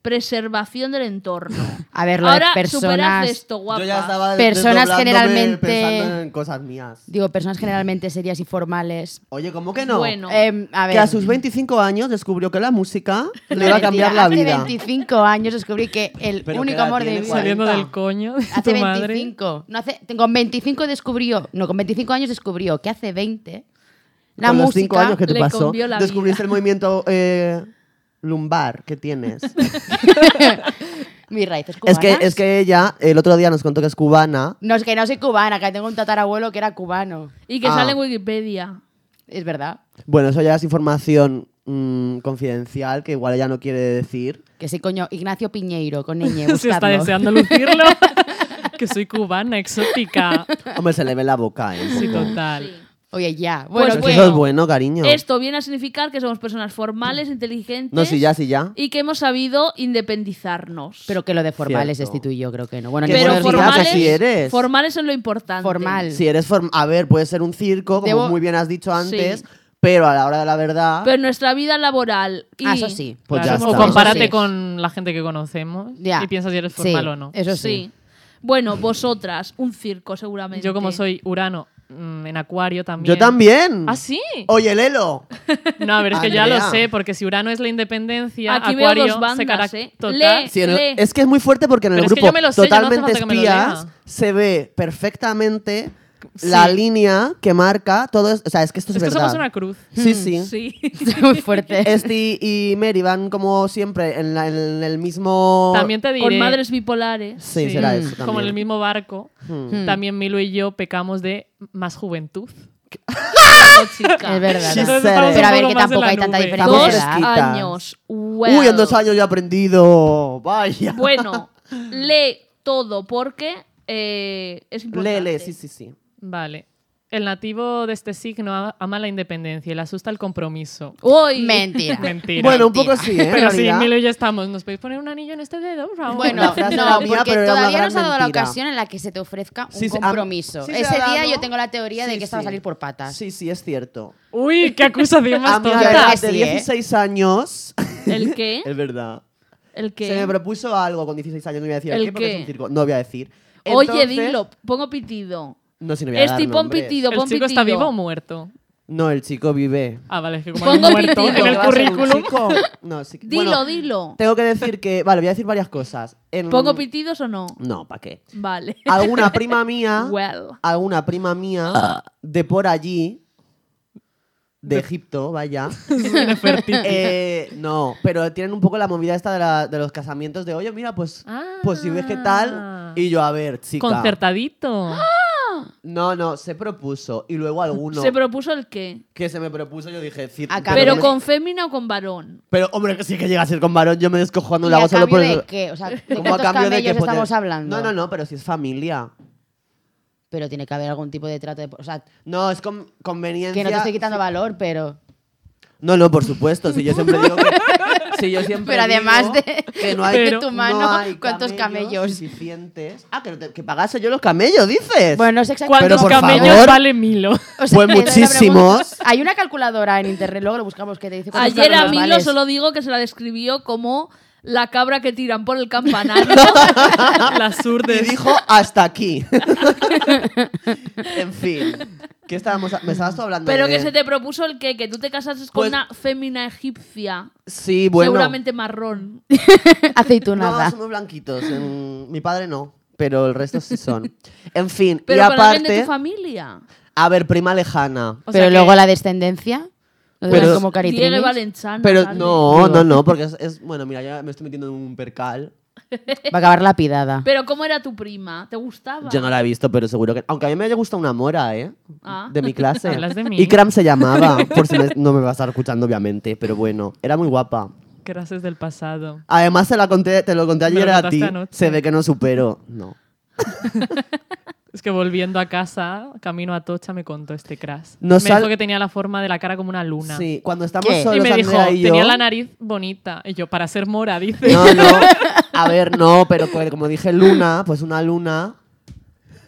A: preservación del entorno.
E: A ver, lo
A: Ahora
E: de
A: superas
E: personas.
A: esto, guapa.
C: Yo ya estaba de-
E: Personas
C: desdoblándome
E: generalmente-
C: pensando en cosas mías.
E: Digo, personas generalmente serias y formales.
C: Oye, ¿cómo que no?
A: Bueno. No.
E: Em, a ver.
C: Que a sus 25 años descubrió que la
E: *laughs*
C: música le iba a
E: Mentira,
C: cambiar la vida.
E: Hace 25 años descubrí que el
C: Pero ¿qué
E: único
C: edad
E: amor de
C: tiene,
E: mi vida.
C: cuarenta?
D: Saliendo del coño de
E: Hace
D: tu madre.
E: 25. No hace, con 25 descubrió. No, con 25 años descubrió que hace 20. La
C: Con los
E: música.
C: cinco años que te
A: le
C: pasó,
A: cambió la
C: descubriste
A: vida.
C: el movimiento eh, lumbar que
E: *laughs*
C: tienes.
E: Mis raíces
C: es,
E: cubanas.
C: que, es que ella el otro día nos contó que es cubana.
E: No, es que no soy cubana, que tengo un tatarabuelo que era cubano.
A: Y que
C: Ah.
A: sale en Wikipedia.
E: Es verdad.
C: Bueno, eso ya es información mm, confidencial que igual ella no quiere decir.
E: Que sí, coño. Ignacio Piñeiro, con
D: *laughs*
E: ñ,
D: *laughs* Si está
E: buscadlo.
D: deseando lucirlo. que soy cubana, exótica.
C: Hombre, se le ve la boca, ¿eh? un
D: Sí,
C: poco.
D: total.
E: Oye, ya. pues Bueno,
C: Es
E: este
C: que
E: ¿qué?
C: Pues Eso es bueno, cariño.
A: Esto viene a significar que somos personas formales, inteligentes
C: No, sí, ya, sí, ya.
A: y que hemos sabido independizarnos.
E: Pero que lo de formales
C: Cierto.
E: es tú y yo, creo que no. Bueno,
C: Que
E: ninguno
A: Pero
E: de los dos
A: formales,
C: así eres.
A: formales es lo importante.
E: Formal.
C: Si eres form- A ver, puede ser un circo, como
E: Debo-
C: muy bien has dicho antes,
A: Sí.
C: pero a la hora de la verdad.
A: Pero en nuestra vida laboral. Y
E: Ah, eso sí.
C: Pues ya
D: Claro,
C: está.
D: O compárate
E: Eso sí.
D: con la gente que conocemos
E: Ya.
D: y piensa si eres
E: Sí,
D: formal o no.
E: Eso sí.
A: Sí. Bueno, vosotras, un circo seguramente.
D: Yo como soy Urano mm, en Acuario también.
C: Yo también.
D: ¿Ah, sí?
C: Oye, Lelo.
D: No, a ver, es que ya lo
C: Andrea.
D: sé, porque si Urano es la independencia,
A: Aquí veo
D: Acuario
A: dos bandas,
D: se carac-
A: ¿eh?
D: Total.
A: Lee.
C: Sí, en el-
A: Lee.
C: es que es muy fuerte porque en el
D: Pero es que
C: grupo
D: yo me lo sé, ya no hace
C: totalmente
D: falta que me lo
C: espías
D: lea.
C: se ve perfectamente
D: Sí.
C: la línea que marca todo. es- o sea, es que esto es,
D: Es que
C: verdad.
D: somos una Hmm, cruz.
C: Sí, sí. *laughs*
A: Sí.
E: *laughs* Muy fuerte.
C: Esti y Mary van como siempre en, la- en el mismo.
D: También te diré.
A: Con madres bipolares.
C: Sí,
D: Sí. Hmm,
C: será eso. También. Hmm. Mm.
D: Como en el mismo Hmm. barco, también Milo y yo pecamos de más juventud.
C: ¡Ah!
A: No, chica.
E: Es verdad.
C: Sí,
D: Entonces
C: sé.
D: estamos un
E: Pero a ver,
D: poco
E: que
D: más en
E: tampoco
D: la
E: hay tanta
D: nube.
E: diferencia.
A: Dos
E: de edad.
C: fresquitas.
A: años. Well.
C: Uy, en dos años yo he aprendido. Vaya. *laughs*
A: Bueno, lee todo porque eh, es importante.
C: Lele, sí, sí, sí.
D: Vale. El nativo de este signo a- ama la independencia y le asusta el compromiso.
A: Hoy.
E: *laughs* Mentira.
D: *laughs* Mentira.
C: Bueno, un
E: Mentira.
C: poco
D: *laughs*
C: sí, ¿eh? En
D: Pero sí,
C: realidad.
D: Milo y yo estamos. ¿Nos podéis poner un anillo en este dedo? por favor?
E: Bueno,
C: La frase era
E: no,
C: mía,
E: porque
C: pero era una
E: todavía
C: gran
E: no se ha dado la
C: mentira.
E: ocasión en la que se te ofrezca un
C: Sí, sí, a-
E: compromiso.
C: sí se
E: Ese
C: ha
E: día
C: dado.
E: yo tengo la teoría de
C: Sí,
E: que esta va a
C: sí.
E: salir por patas.
C: Sí, sí, es cierto.
D: Uy,
C: *laughs*
D: qué acusación
C: A
D: más
C: mí
E: yo
C: a
E: creo
C: la
D: tonta.
E: que
C: edad de
E: sí, ¿eh?
C: 16 años.
A: ¿El
C: *laughs*
A: qué?
C: es verdad.
A: ¿El
C: Se me
A: qué?
C: propuso algo con 16 años, no voy a decir
A: ¿El
C: qué, porque
A: qué?
C: es un circo. No voy a decir.
A: Oye,
C: Entonces-
A: dilo. Pongo pitido.
C: No, si no voy a
A: Estoy
C: dar
A: pon
C: nombres.
A: pitido,
D: ¿El
A: pon pitido.
D: chico está vivo o muerto?
C: No, el chico vive.
D: Ah, vale, es que como
A: Pongo
D: hay muerto
A: pitido.
D: en el
A: ¿Va
C: a ser un
D: currículum.
C: chico? No, sí que-
A: Dilo,
C: bueno,
A: dilo.
C: Tengo que decir que. Vale, voy a decir varias cosas. En-
A: ¿Pongo pitidos o no?
C: No, ¿para qué?
A: Vale.
C: Alguna prima mía.
A: Well.
C: Alguna prima
E: Ah.
C: mía de por allí. De Egipto, vaya. Eh, no, pero tienen un poco la movida esta de, la- de los casamientos de, oye, mira, pues, pues si ves qué tal. Y yo, a ver, chica. *gasps*
D: Concertadito.
C: No, no, se propuso. Y luego alguno
A: ¿Se propuso el qué?
C: que se me propuso, yo dije, "Cir-
E: Acá.
A: ¿Pero
C: me-
A: con fémina o con varón?
C: pero, hombre, que sí que llega a ser con varón, yo me descojo
E: ¿Y
C: no lo hago
E: a
C: solo
E: cambio
C: por
E: de
C: el...
E: qué? O sea, ¿de
C: como
E: cuántos camellos
C: poner-
E: estamos hablando?
C: No, no, no, pero si es familia.
E: Pero tiene que haber algún tipo de trato de... O sea,
C: No, es con- conveniencia.
E: que no te estoy quitando valor, pero...
C: No, no, por supuesto. Si yo siempre digo que. si yo siempre
E: Pero
C: digo
E: además de-
C: que no hay
D: de
E: tu mano,
C: hay
E: ¿cuántos camellos?
C: suficientes. Ah, que, no te- que pagase yo los camellos, dices.
E: Bueno, no sé exactamente...
D: ¿Cuántos
C: por
D: camellos *laughs*
C: favor.
D: vale Milo?
E: O sea,
C: Pues
E: te doy la
C: muchísimos.
E: pregunta. Hay una calculadora en internet, luego lo buscamos, que te dice... cuántos
A: Ayer a
E: camellos
A: Milo
E: vales. *laughs*
A: solo digo que se la describió como la cabra que tiran por el
C: *laughs*
A: campanario.
D: La
C: y
D: surdes.
C: dijo hasta aquí. *laughs* en fin. ¿Qué estábamos.? a- Me estabas tú hablando
A: pero
C: de-
A: que se te propuso el qué, que tú te casases con
C: Pues-
A: una fémina egipcia,
C: Sí, bueno.
A: seguramente marrón.
E: Aceitunada.
C: No, son muy blanquitos. en- Mi padre no. Pero el resto sí son. En fin,
A: Pero
C: y
A: con alguien de
C: aparte.
A: tu familia.
C: A ver, prima lejana.
D: O sea
E: pero
D: que-
E: luego la descendencia... ¿No
C: Pero-
E: pero, como
A: Diego
E: caritrines?
A: Valenciano.
C: Pero
A: dale.
C: no,
E: Digo.
C: no, no, porque es, es- Bueno, mira, ya me estoy metiendo en un percal.
E: Va a acabar lapidada.
A: Pero ¿cómo era tu prima? ¿Te gustaba?
C: Yo no la he visto, pero seguro que. Aunque a mí me haya gustado una mora, ¿eh?
A: Ah.
C: De mi clase.
D: *laughs* Hablas de mí.
C: Y Cram se
D: *laughs*
C: llamaba, por si me- no me vas a estar escuchando, obviamente, pero bueno, era muy guapa.
D: Gracias del pasado.
C: Además, se la conté, te lo conté
D: Me lo
C: ayer a
D: contaste
C: ti.
D: anoche.
C: Se ve que no supero. No.
D: Es que volviendo a casa, camino a Tocha, me contó este crash.
C: No
D: me
C: sal-
D: dijo que tenía la forma de la cara como una luna.
C: Sí, cuando estamos
E: ¿Qué?
C: solos,
D: y me dijo,
C: Andrea y yo.
D: tenía la nariz bonita. Y yo, para ser mora, dice.
C: No, no. A ver, no, pero co- como dije luna, pues una luna.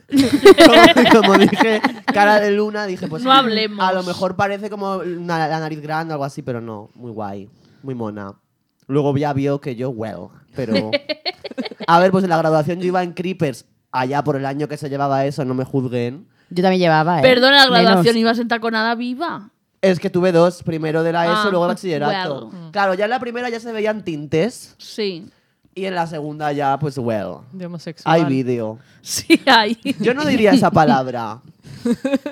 C: *laughs* como, como dije cara de luna, dije pues.
A: No hablemos.
C: A lo mejor parece como una- la nariz grande o algo así, pero no. Muy guay. Muy mona. Luego ya vio que yo, well.
A: *laughs*
C: Pero. A ver, pues en la graduación yo iba en Creepers. Allá por el año que se llevaba eso, no me juzguen.
E: Yo también llevaba, ¿eh?
A: Perdona la
E: Menos.
A: graduación, ibas en taconada viva.
C: Es que tuve dos, primero de la ESO
A: Ah,
C: y luego de bachillerato.
A: well.
C: Claro, ya en la primera ya se veían tintes
A: Sí. *laughs*
C: y en la segunda ya, pues, well.
D: De homosexual.
C: Hay vídeo.
A: Sí, ahí.
C: Yo no diría esa
D: *laughs*
C: palabra.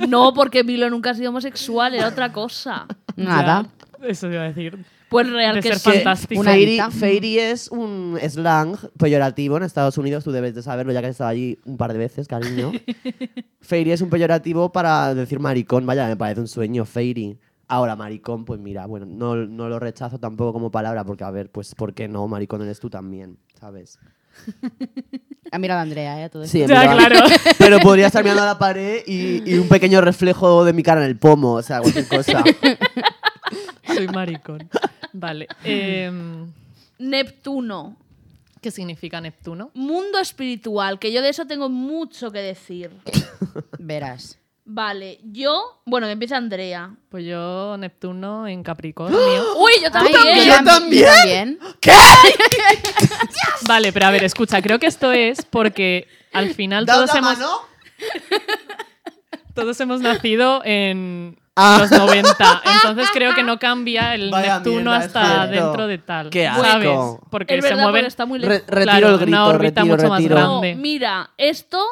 A: No, porque Milo nunca ha sido homosexual, era otra cosa.
E: Nada.
D: Ya, eso iba a decir.
A: Pues real
D: De
A: que
D: ser
A: sí.
D: fantástico.
E: Una
C: Fairy,
E: edita.
C: fairy es un slang peyorativo en Estados Unidos, tú debes de saberlo ya que has estado allí un par de veces,
D: *laughs*
C: cariño. fairy es un peyorativo para decir maricón, vaya, me parece un sueño, fairy. Ahora, maricón, pues mira, bueno, no, no lo rechazo tampoco como palabra, porque a ver, pues, ¿por qué no? Maricón eres tú también, ¿sabes?
E: Ha mirado a Andrea, ¿eh? A todo esto.
C: Sí, en
D: Ya,
C: verdad.
D: claro.
C: *laughs* Pero podría estar mirando a la pared y, y un pequeño reflejo de mi cara en el pomo, o sea, cualquier cosa.
D: Soy maricón. Vale. em,
A: Neptuno,
D: ¿Qué significa Neptuno?
A: mundo espiritual, que yo de eso tengo mucho que decir.
E: Verás.
A: Vale, yo, bueno, que empieza Andrea.
D: Pues yo, Neptuno en
C: ¡Ah!
D: Capricornio.
A: Uy, yo también.
E: yo tam-
C: también.
E: yo también.
D: vale, pero a ver, escucha, creo que esto es porque al final
C: ¿Da
D: todos
C: otra
D: hemos,
C: mano?
D: todos hemos nacido en
C: Ah.
D: los 90. Entonces creo que no cambia el
C: Vaya
D: Neptuno
C: mierda, es
D: hasta
C: cierto.
D: dentro de tal.
C: Qué asco.
D: ¿Sabes? Porque
A: es
D: se
A: verdad,
D: mueven.
A: porque está muy
C: Re-
A: lejos.
C: retiro
D: Claro,
C: el grito,
D: una órbita
C: retiro,
D: mucho más
C: retiro.
A: No,
D: grande.
A: mira, esto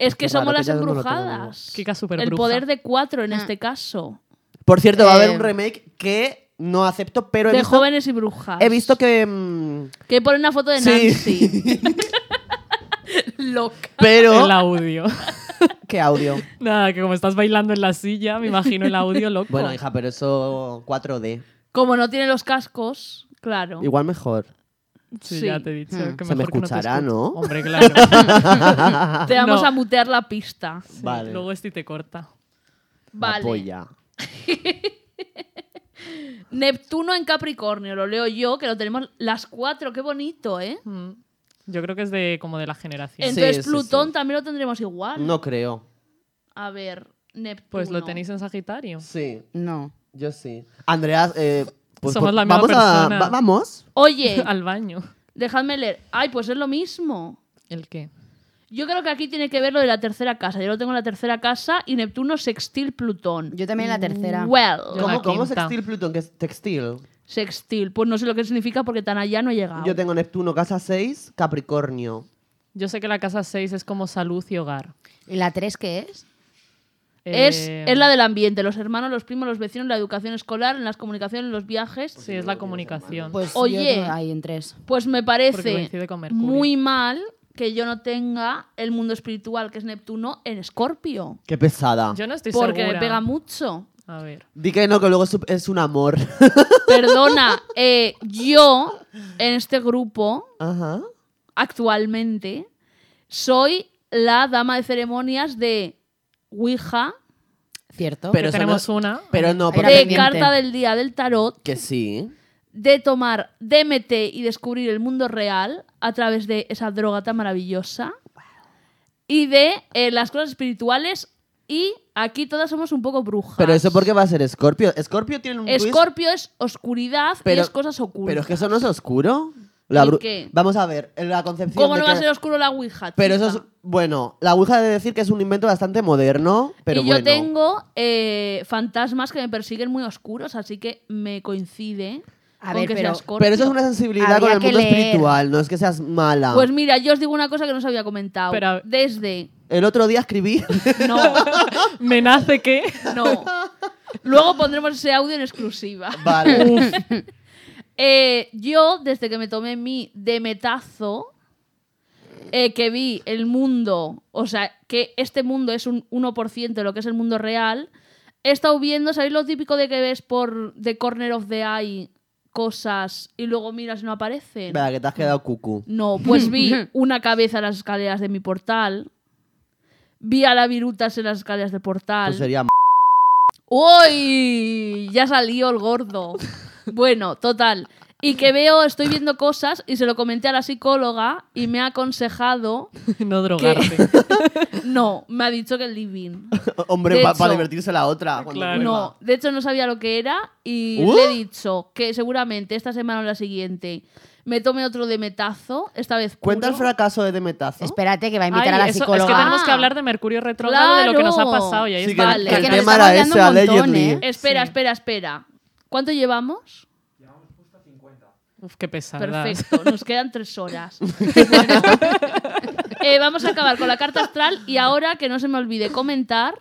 A: es que
C: Qué
A: somos
C: raro,
A: las
C: que ya no lo tengo
A: embrujadas.
D: Kika superbruja.
A: El poder de cuatro en este caso.
C: Por cierto, va a haber
E: Eh,
C: un remake que no acepto, pero he
A: De
C: visto,
A: jóvenes y brujas.
C: he visto que... mm,
A: Que pone una foto de
C: sí,
A: Nancy.
C: *laughs*
A: Loca.
D: *laughs*
C: pero...
D: El audio.
C: ¿Qué audio?
D: Nada, que como estás bailando en la silla, me imagino el audio loco.
C: Bueno, hija, pero eso 4D.
A: Como no tiene los cascos, claro.
C: Igual mejor.
D: Sí,
A: sí.
D: ya te he dicho.
E: Hmm.
D: que
C: Se me
D: mejor que no te
C: escuchará,
D: escuche.
C: ¿no? *laughs*
D: Hombre, claro.
A: Te vamos
D: No.
A: a mutear la pista.
D: Sí,
C: Vale.
D: Luego este te corta.
A: Vale.
C: Apoya.
A: Neptuno en Capricornio, lo leo yo, que lo tenemos las cuatro, qué bonito, ¿eh?
D: Mm. Yo creo que es de como de la generación.
A: Entonces
C: sí, sí.
A: Plutón también lo tendremos igual.
C: No creo.
A: A ver, Neptuno.
D: Pues lo tenéis en Sagitario.
C: Sí,
E: No.
C: yo sí. Andrea, eh, pues
D: Somos
C: por-
D: la misma
C: vamos
D: persona.
C: a... va- vamos.
A: Oye,
D: *laughs* Al baño.
A: dejadme leer. Ay, pues es lo mismo.
D: ¿El qué?
A: Yo creo que aquí tiene que ver lo de la tercera casa. Yo lo tengo en la tercera casa y Neptuno sextil Plutón.
E: Yo también la tercera.
A: Well,
D: Yo la
C: ¿Cómo, ¿cómo
D: quinta.
C: sextil Plutón? ¿Qué es textil?
A: sextil. Pues no sé lo que significa porque tan allá no he llegado.
C: Yo tengo Neptuno, casa 6, Capricornio.
D: Yo sé que la casa 6 es como salud y hogar.
E: ¿Y la tres qué es?
A: Es,
D: Eh,
A: es la del ambiente, los hermanos, los primos, los vecinos, la educación escolar, en las comunicaciones, los viajes.
D: Sí, es la comunicación.
E: Pues
A: Oye.
E: yo no- ahí en tres.
A: Pues me
D: Porque
A: parece
D: coincide con Mercurio.
A: muy mal que yo no tenga el mundo espiritual, que es Neptuno, en Escorpio.
C: Qué pesada.
D: Yo no estoy
A: Porque
D: segura.
A: me pega mucho.
D: A ver.
C: Di que no, que luego es un- es un amor.
D: *laughs*
A: Perdona, eh, yo en este grupo,
C: Ajá.
A: actualmente, soy la dama de ceremonias de Ouija,
E: ¿Cierto?
C: Pero
D: que
C: eso
D: tenemos
C: no- *laughs*
D: una.
C: Pero no,
E: Era
C: porque...
A: de
E: pendiente.
A: carta del día del tarot,
C: Que sí.
A: de tomar DMT y descubrir el mundo real a través de esa droga tan maravillosa y de eh, las cosas espirituales y aquí todas somos un poco brujas.
C: Pero eso porque va a ser Scorpio. Scorpio tiene un twist,
A: Escorpio es oscuridad y
C: Pero-
A: es cosas ocultas.
C: Pero es que eso no es oscuro. La
A: ¿Y
C: bru-
A: qué?
C: Vamos a ver, la concepción
A: ¿Cómo
C: de
A: no va a
C: que-
A: ser oscuro la Ouija?
C: Pero eso
A: chica?
C: es bueno, la Ouija de decir que es un invento bastante moderno, pero
A: y
C: bueno.
A: yo tengo eh, fantasmas que me persiguen muy oscuros, así que me coincide
E: A
A: con
E: ver,
A: que sea
E: pero-
A: Scorpio.
C: Pero eso es una sensibilidad con
E: Habría
C: el
E: que
C: mundo
E: leer.
C: espiritual, no es que seas mala.
A: Pues mira, yo os digo una cosa que no os había comentado.
D: Pero a-
A: Desde...
C: el otro día escribí *laughs*
A: No,
D: ¿Me
A: *laughs*
D: nace qué?
A: no. Luego pondremos ese audio en exclusiva.
C: Vale.
A: Eh, yo, desde que me tomé mi demetazo, eh, que vi el mundo, o sea, que este mundo es un 1% de lo que es el mundo real, he estado viendo, ¿sabéis lo típico de que ves por The Corner of the Eye cosas y luego miras y no aparecen?
C: Verdad, que te has quedado cucú.
A: No, pues vi una cabeza en las escaleras de mi portal. Vi a la virutas en las escaleras del portal.
C: Tú sería m-
A: ¡Uy! Ya salió el gordo. Bueno, total. Y que veo, estoy viendo cosas y se lo comenté a la psicóloga y me ha aconsejado.
D: no drogarte.
A: No, me ha dicho que el living.
C: Hombre,
A: De
C: para
A: hecho-
C: divertirse la otra. cuando
D: Claro.
C: vuelva.
A: No, de hecho no sabía lo que era y
C: ¿Uh?
A: le he dicho que seguramente esta semana o la siguiente me tome otro de metazo, esta vez. puro.
C: Cuenta el fracaso de Demetazo.
E: Espérate que va a invitar
D: Ay,
E: a la
D: eso-
E: psicóloga.
D: Es que tenemos
A: Ah.
D: que hablar de Mercurio retrógrado de lo que nos ha pasado y ahí
C: Sí, que,
D: está.
A: Vale.
C: que
A: Es
C: el
A: que nos
C: tema
E: estamos
C: era ese,
E: liando un montón,
C: Allegedly.
E: ¿eh?
A: Espera,
D: Sí.
A: espera, espera. ¿Cuánto llevamos?
D: Uf, qué pesada.
A: Perfecto, nos quedan tres horas. Bueno, eh, vamos a acabar con la carta astral y ahora que no se me olvide comentar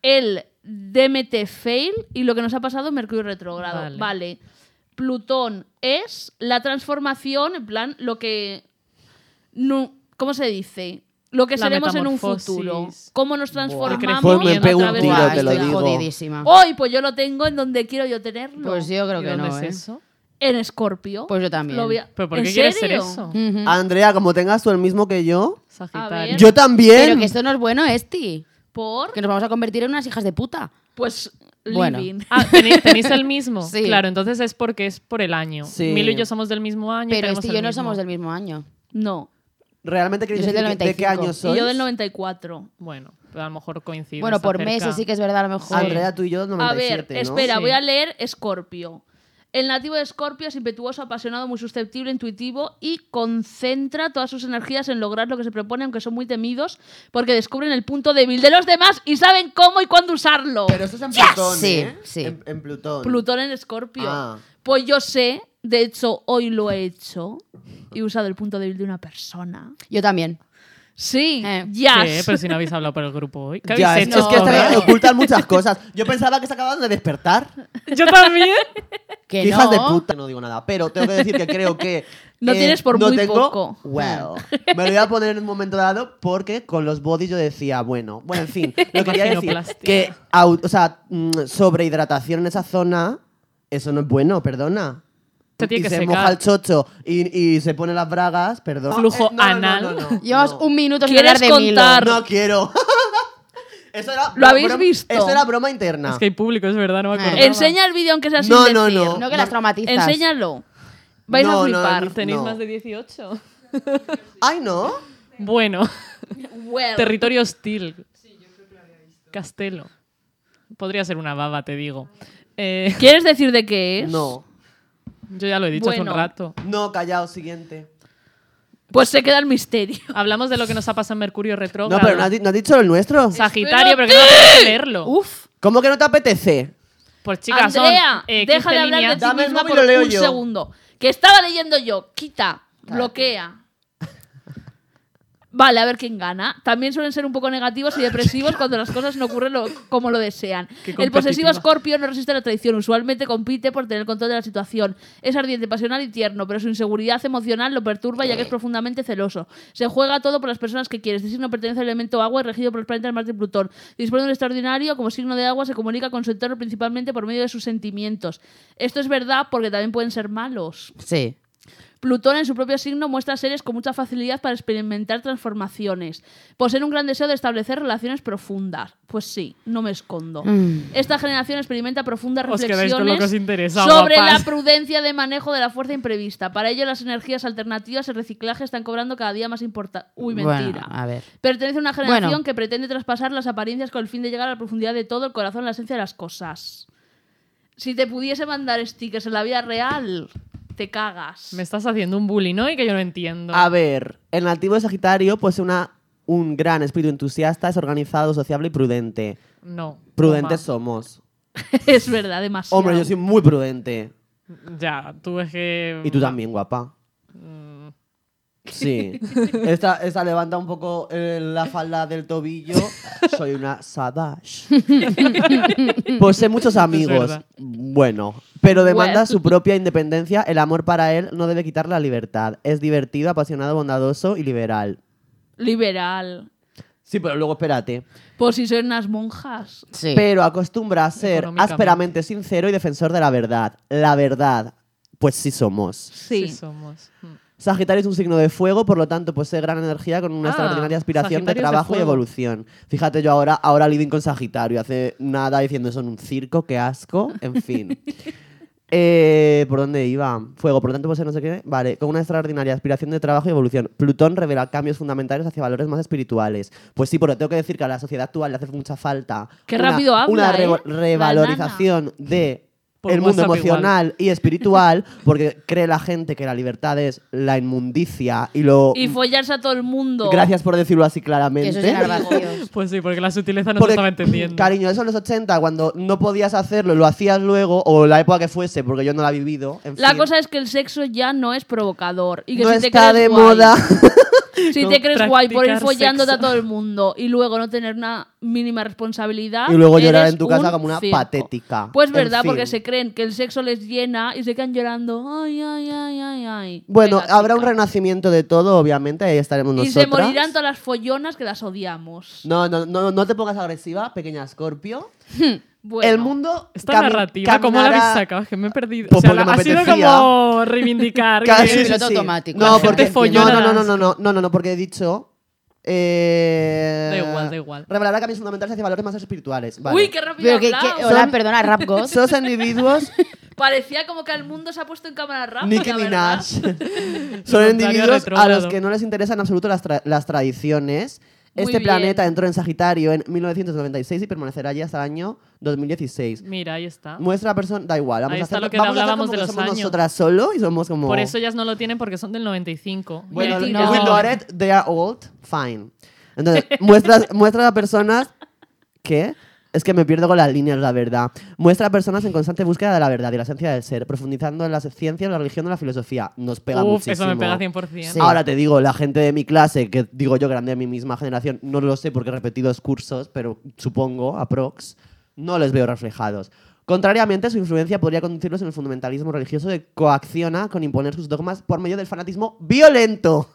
A: el DMT fail y lo que nos ha pasado en Mercurio retrógrado. Vale.
D: Vale.
A: Plutón es la transformación, en plan, lo que. nu- ¿Cómo se dice? Lo que
D: La
A: seremos en un
D: metamorfosis.
A: futuro. ¿Cómo nos transformamos?
D: Pues me
A: a
D: pego un
A: través de
C: tiro,
A: la
E: Buah,
C: te lo
A: vida.
E: estoy
C: digo.
E: jodidísima.
A: Hoy, pues yo lo tengo en donde quiero yo tenerlo.
E: Pues yo creo
D: ¿Y
E: que
D: dónde
E: no,
D: es
E: ¿eh?
D: eso?
A: En Escorpio.
E: Pues yo también.
A: Lo voy a-
D: ¿Pero por
A: ¿En
D: qué quieres ser
A: serio?
D: eso?
E: Ujú.
C: Andrea, como tengas tú el mismo que yo,
A: A
D: Sagitario.
A: ver.
C: yo también.
E: Pero que esto no es bueno, Esti.
A: Por.
E: Que nos vamos a convertir en unas hijas de puta.
A: Pues
E: Bueno.
A: living.
D: Ah, ¿tenéis, tenéis el mismo.
E: Sí.
D: Claro, entonces es porque es por el año.
C: Sí.
D: Milo y yo somos del mismo año. y
E: Pero
D: tenemos
E: Esti y
D: el
E: yo no
D: mismo.
E: somos del mismo año.
A: No.
C: ¿Realmente queréis
E: Yo soy
C: decir
E: del
C: que- de qué
E: 95.
C: año sois?
A: Y yo del 94.
D: Bueno, pero a lo mejor coincide.
E: Bueno, por meses sí que es verdad, a lo mejor.
C: Andrea, tú y yo del
A: A
C: 97,
A: ver,
C: ¿no?
A: espera,
D: Sí.
A: voy a leer Escorpio. El nativo de Escorpio es impetuoso, apasionado, muy susceptible, intuitivo y concentra todas sus energías en lograr lo que se propone, aunque son muy temidos, porque descubren el punto débil de los demás y saben cómo y cuándo usarlo.
C: Pero eso es en Plutón,
E: Sí,
C: ¿eh?
E: sí.
C: En, en Plutón.
A: Plutón en Escorpio.
C: Ah.
A: Pues yo sé, de hecho hoy lo he hecho, he usado el punto débil de una persona.
E: Yo también.
A: Sí,
E: Eh.
A: ya.
D: ¿Qué?
A: *laughs*
D: Pero si no habéis hablado por el grupo hoy. ¿Qué
C: Ya, es,
D: habéis hecho?
C: es que
D: ahora?
A: ¿eh?
C: esta-
A: *laughs*
C: ocultan muchas cosas. Yo pensaba que se acababan de despertar.
D: Yo también.
E: Que
C: Hijas
E: no.
C: de puta, no digo nada. Pero tengo que decir que
A: *laughs*
C: creo que. eh,
A: No tienes por
C: no
A: muy
C: tengo-
A: poco. *laughs*
C: Well. Me lo voy a poner en un momento dado porque con los bodies yo decía, bueno, bueno, en fin. Lo que quería decir
D: Vaginoplastia.
C: que au- o sea, mm, sobrehidratación en esa zona, eso no es bueno, perdona.
D: Te
C: y
D: tiene que
C: se
D: secar.
C: moja el chocho y, y se pone las bragas, perdón.
D: Flujo
C: Eh, no, no, no,
D: anal.
C: no, no,
E: Llevas
C: no.
E: un minuto sin
A: ¿Quieres
E: hablar de Milo.
A: contar?
C: No quiero. *laughs* Eso era
A: ¿Lo habéis
C: broma-
A: visto?
C: Eso era broma interna.
D: Es que hay público, es verdad, no me
E: Eh.
D: acuerdo.
A: Enseña el vídeo aunque sea sin
C: No, no,
A: decir.
C: no.
E: No que las traumatizas.
A: Enséñalo. Vais
C: No,
A: a
C: no,
A: flipar.
C: no.
D: Tenéis más de 18.
C: Ay, no.
D: Bueno,
A: Well.
D: territorio hostil. Castelo. Podría ser una baba, te digo. Eh, *laughs*
A: ¿Quieres decir de qué es?
C: No.
D: yo ya lo he dicho hace
A: Bueno.
D: un rato.
C: No, callado, siguiente.
A: Pues se queda el misterio.
D: Hablamos de lo que nos ha pasado en Mercurio
C: No,
D: retrógrado.
C: pero no has, di- no has dicho el nuestro.
D: Sagitario, pero que no tenemos que leerlo.
A: Uf.
C: ¿Cómo que no te apetece?
D: Pues chicas,
A: Andrea,
D: son eh, 15
A: deja de hablar
D: líneas.
A: de ti
C: Dame el
A: misma
C: móvil
A: por
C: y lo leo
A: un
C: yo.
A: segundo. Que estaba leyendo yo. Quita, bloquea. Vale, a ver quién gana. También suelen ser un poco negativos
D: *laughs*
A: y depresivos cuando las cosas no ocurren lo- como lo desean.
D: Qué
A: El posesivo
D: competitiva.
A: Scorpio no resiste la traición. Usualmente compite por tener control de la situación. Es ardiente, pasional y tierno, pero su inseguridad emocional lo perturba ya que es profundamente celoso. Se juega todo por las personas que quieres. Este signo pertenece al elemento agua y regido por los planetas Marte y Plutón. Dispone de un extraordinario como signo de agua, se comunica con su entorno principalmente por medio de sus sentimientos. Esto es verdad porque también pueden ser malos.
E: Sí.
A: Plutón en su propio signo muestra seres con mucha facilidad para experimentar transformaciones. Poseen un gran deseo de establecer relaciones profundas. Pues sí, no me escondo.
E: Mm.
A: Esta generación experimenta profundas
D: Os quedáis
A: reflexiones
D: con lo que os interesa,
A: sobre
D: guapas.
A: la prudencia de manejo de la fuerza imprevista. Para ello, las energías alternativas y reciclaje están cobrando cada día más importancia. Uy, mentira.
E: Bueno, a ver.
A: Pertenece a una generación
E: Bueno.
A: que pretende traspasar las apariencias con el fin de llegar a la profundidad de todo, el corazón, la esencia de las cosas. Si te pudiese mandar stickers en la vida real, te cagas.
D: Me estás haciendo un bullying, ¿no? Y que yo no entiendo.
C: A ver, el nativo de Sagitario posee una, un gran espíritu entusiasta, es organizado, sociable y prudente.
D: No.
C: Prudentes
D: toma.
C: somos.
A: *laughs* Es verdad, demasiado.
C: Hombre, yo soy muy prudente.
D: Ya, tú es que.
C: Y tú también, guapa. Sí. Esta, esta levanta un poco eh, la falda del tobillo. Soy una savage. Posee muchos amigos.
D: verdad.
C: Bueno, pero demanda
A: Well.
C: su propia independencia. El amor para él no debe quitar la libertad. Es divertido, apasionado, bondadoso y liberal.
A: Liberal.
C: Sí, pero luego espérate.
A: Por si son unas monjas.
E: Sí.
C: Pero acostumbra a ser
D: Económicamente.
C: ásperamente sincero y defensor de la verdad. La verdad, pues sí somos.
A: Sí.
D: somos. Mm.
C: Sagitario es un signo de fuego, por lo tanto posee gran energía con una
D: Ah,
C: extraordinaria aspiración de
D: Sagitario es de
C: trabajo y
D: fuego.
C: evolución. Fíjate yo ahora, ahora living con Sagitario, hace nada diciendo eso en un circo, qué asco,
D: *laughs*
C: en fin. Eh, ¿Por dónde iba? Fuego, por lo tanto posee no sé qué. Vale, con una extraordinaria aspiración de trabajo y evolución. Plutón revela cambios fundamentales hacia valores más espirituales. Pues sí, pero tengo que decir que a la sociedad actual le hace mucha falta
A: Qué
C: una,
A: rápido habla,
C: una
A: ¿eh?
C: revo- revalorización de
D: Por
C: el mundo
D: WhatsApp igual.
C: emocional
A: *laughs*
C: y espiritual, porque cree la gente que la libertad es la inmundicia y lo...
A: Y follarse a todo el mundo.
C: Oh, mm. Gracias por decirlo así claramente.
E: que eso es llenar vacíos.
D: Pues sí, porque la sutileza no
C: Porque,
D: se estaba entendiendo.
C: Cariño, eso en los 80, cuando no podías hacerlo, lo hacías luego, o la época que fuese, porque yo no la he vivido. en
A: La
C: fin.
A: cosa es que el sexo ya no es provocador. Y que
C: no
A: si te
C: está
A: crees
C: de
A: guay-
C: moda.
A: Si
D: No
A: te crees guay por ir
D: practicar
A: follándote a
D: sexo.
A: todo el mundo y luego no tener una mínima responsabilidad.
C: y luego llorar
A: eres
C: en tu casa
A: un
C: como una
A: circo.
C: patética.
A: Pues
C: En
A: verdad,
C: fin.
A: porque se creen que el sexo les llena y se quedan llorando. Ay, ay, ay, ay, ay.
C: *laughs* Bueno,
A: Venga,
C: habrá un
A: chica.
C: renacimiento de todo, obviamente, ahí estaremos
A: Y
C: nosotros.
A: se morirán todas las follonas que las odiamos.
C: No, no, no, no te pongas agresiva, pequeña Scorpio.
A: Bueno,
C: El mundo.
D: Esta
C: cami-
D: narrativa, ¿cómo la
C: caminará-
D: habéis sacado? Es que me he perdido.
C: Pues
D: o sea,
C: porque
D: la-
C: me
D: ha sido
C: apetecía.
D: como
C: *laughs*
D: reivindicar.
C: Casi,
D: que-
E: sí, piloto automático. La
C: No,
E: gente
C: porque no,
D: follona.
C: no, no, no, no, no, no, no, no, porque he dicho. eh,
D: Da igual, da igual.
C: Revelará cambios fundamentales hacia valores más espirituales. Vale.
A: Uy, qué rápido
E: Pero que,
A: hablado.
E: que- hola,
C: Son- *laughs*
E: perdona, Rap Ghost.
C: Esos
D: *laughs*
C: individuos,
A: Parecía como que el mundo se ha puesto en cámara rápida.
C: Nicki
A: ¿verdad?
D: *laughs*
C: Minaj, son individuos a los
D: retrógrado.
C: que no les interesan en absoluto las, tra- las tradiciones.
A: Muy
C: Este
A: bien.
C: planeta entró en Sagitario en 1996 y permanecerá allí hasta el año 2016.
D: Mira, ahí está.
C: Muestra persona, da igual, vamos
D: Ah. Ahí
C: a
D: está
C: hacer,
D: lo que
C: vamos a hacer
D: hablábamos
C: como
D: de
C: que
D: los
C: somos
D: años.
C: nosotras solo y somos como
D: Por eso ellas no lo tienen porque son del 95. Y
C: Bueno,
D: el
A: Yes,
C: we
D: tigre
A: no.
D: es del
C: know it, they are old, fine. Entonces, *laughs* muestras, muestras a personas que... Es que me pierdo con las líneas, la verdad. Muestra a personas en constante búsqueda de la verdad y la esencia del ser, profundizando en las ciencias, la religión y la filosofía. Nos pega
D: Uf,
C: muchísimo.
D: eso me pega 100%.
E: Sí.
C: Ahora te digo, la gente de mi clase, que digo yo grande de mi misma generación, no lo sé porque he repetido dos cursos, pero supongo, aprox, no les veo reflejados. Contrariamente, su influencia podría conducirlos en el fundamentalismo religioso que coacciona con imponer sus dogmas por medio del fanatismo violento.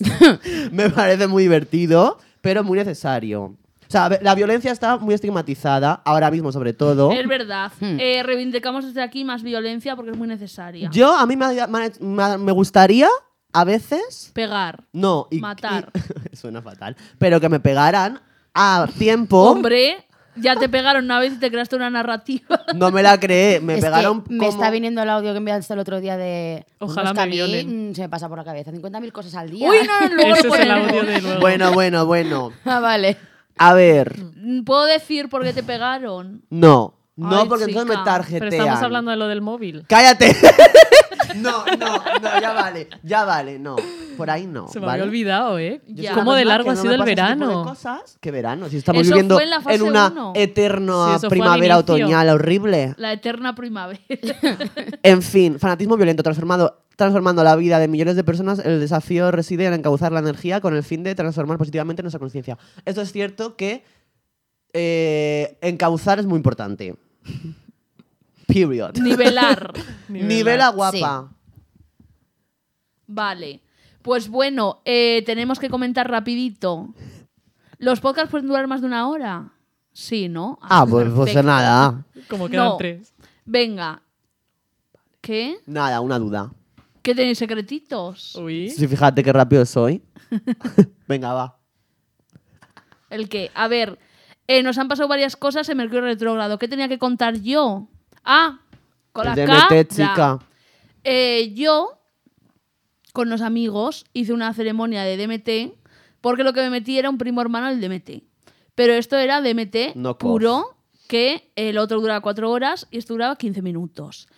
C: *laughs* Me parece muy divertido, pero muy necesario. O sea, la violencia está muy estigmatizada, ahora mismo sobre todo.
A: Es verdad. Eh, reivindicamos desde aquí más violencia porque es muy necesaria.
C: Yo, a mí me, ha- me ha- me ha- me gustaría, a veces,
A: Pegar.
C: No, y,
A: Matar.
C: y- *laughs* suena fatal. Pero que me pegaran a tiempo.
A: Hombre, ya te pegaron una vez y te creaste una narrativa.
C: No me la creé. Me
E: Es que
C: pegaron como...
E: me está viniendo el audio que enviaste el otro día de.
D: Ojalá
E: "Pues, que a
D: me
E: mí,
D: violen".
E: mm, Se me pasa por la cabeza. 50.000 cosas al
A: *laughs*
E: día.
A: Uy, no, no, luego
D: Ese
A: lo
D: es el audio
A: ponemos.
D: de luego.
C: Bueno, bueno, bueno.
E: *laughs* Ah, vale.
C: A ver.
D: Mm.
A: ¿Puedo decir por qué te pegaron?
C: No. No,
A: Ay,
C: porque entonces me
A: chica.
C: tarjetean.
D: Pero estamos hablando de lo del móvil.
C: ¡Cállate! *laughs* no, no, no, ya vale. Ya vale, no. Por ahí no.
D: Se
C: Oh,
D: me
C: ¿vale?
D: había olvidado, ¿eh?
A: Yo soy
D: ¿Cómo
A: una
D: de
C: Además,
D: largo
C: que
D: ha
C: no
D: sido
C: me
D: el
C: pasa ese tipo de
D: verano?
C: cosas? ¿Qué verano? Si estamos
A: Eso fue
C: viviendo
A: en la
C: en,
A: fase
C: una
A: uno.
D: Sí,
C: eterna
D: eso fue al
C: primavera
D: inicio.
C: otoñal horrible.
A: La eterna primavera. *laughs*
C: En fin, fanatismo violento transformado, transformando la vida de millones de personas, el desafío reside en encauzar la energía con el fin de transformar positivamente nuestra conciencia. Esto es cierto que eh, encauzar es muy importante. *laughs* Period.
A: Nivelar.
C: Nivela guapa.
A: Vale. Pues bueno, eh, tenemos que comentar rapidito. ¿Los podcasts pueden durar más de una hora? Sí, ¿no?
C: Ah, pues, pues
A: perfecto.
C: nada.
D: Como quedan
A: No.
D: tres.
A: Venga. ¿Qué?
C: Nada, una duda.
A: ¿Qué tenéis secretitos?
D: Uy.
C: Sí, fíjate qué
A: *laughs*
C: rápido soy. Venga, va.
A: El que, a ver, eh, nos han pasado varias cosas en Mercurio Retrógrado. ¿Qué tenía que contar yo? Ah, con la
C: El
A: K,
C: DMT,
A: ya.
C: chica.
A: Eh, yo, con los amigos, hice una ceremonia de DMT porque lo que me metí era un primo hermano del DMT. Pero esto era DMT
C: No cough.
A: puro, que el otro duraba cuatro horas y esto duraba 15 minutos.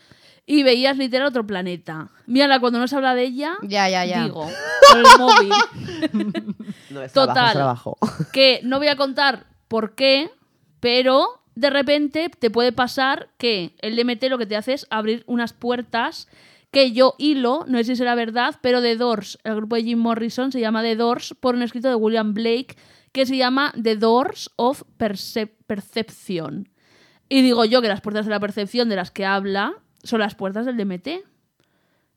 A: Y veías literal otro planeta. Mírala, cuando no se habla de ella,
E: Ya, ya, ya. *laughs*
A: digo, por el móvil,
C: No, es
A: Total.
C: Trabajo, es trabajo.
A: que no voy a contar por qué, pero de repente te puede pasar que el DMT lo que te hace es abrir unas puertas que yo hilo, no sé si será verdad, pero The Doors, el grupo de Jim Morrison se llama The Doors por un escrito de William Blake que se llama The Doors of Percep- Perception. Y digo yo que las puertas de la percepción de las que habla son las puertas del DMT.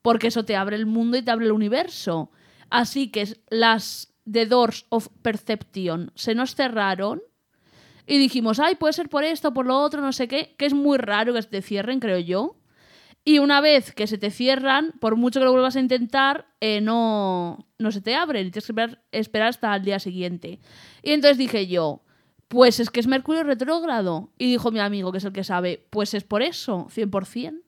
A: Porque eso te abre el mundo y te abre el universo. Así que es- las The Doors of Perception se nos cerraron y dijimos, ay, puede ser por esto, por lo otro, no sé qué, que es muy raro que se te cierren, creo yo. Y una vez que se te cierran, por mucho que lo vuelvas a intentar, eh, no, no se te abren y tienes que esperar, esperar hasta el día siguiente. Y entonces dije yo, pues es que es Mercurio retrógrado. Y dijo mi amigo, que es el que sabe, pues es por eso, 100%.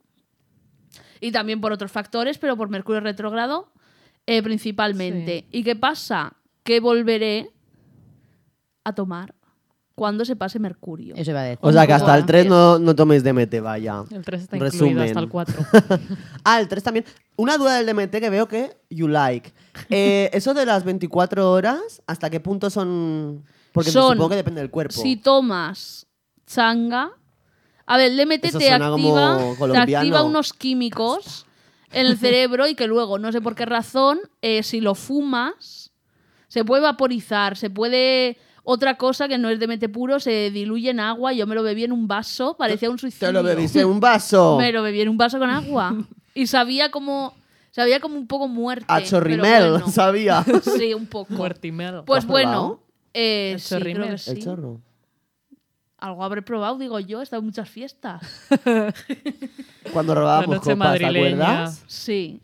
A: Y también por otros factores, pero por Mercurio retrógrado eh, principalmente. ¿Y qué pasa? Que volveré a tomar cuando se pase Mercurio.
E: Eso iba a decir.
C: O sea que hasta el
A: Buah.
C: 3 no, no toméis DMT, vaya.
D: El 3 está
C: Resumen.
D: incluido hasta el
C: *laughs*
D: 4.
C: Ah, el 3 también. Una duda del DMT que veo que you like.
A: *laughs*
C: Eh, eso de las 24 horas, ¿hasta qué punto son...? Porque
A: Son-
C: supongo que depende del cuerpo.
A: Si tomas changa. A ver, el DMT
C: Eso
A: te
C: suena
A: activa,
C: como
A: te
C: colombiano.
A: activa unos químicos en el cerebro y que luego, no sé por qué razón, eh, si lo fumas, se puede vaporizar, se puede. Otra cosa que no es DMT puro, se diluye en agua. Yo me lo bebí en un vaso, parecía un suicidio.
C: Te lo bebís en *laughs* un vaso.
A: Me lo bebí en un vaso con agua. Y sabía como. Sabía como un poco muerte.
C: A
A: pero
C: chorrimel, *laughs*
A: bueno.
C: sabía.
A: Sí, un poco.
D: Muertimero.
A: Pues
C: has probado?
A: bueno. eh,
D: El
A: sí, creo que
D: chorrimel. El
A: sí.
C: El chorro.
A: Algo habré probado, digo yo, he estado en muchas
C: *laughs*
A: fiestas.
C: Cuando robábamos
D: La noche
C: Ah, pues, copas, ¿te
D: madrileña.
C: acuerdas?
A: Sí.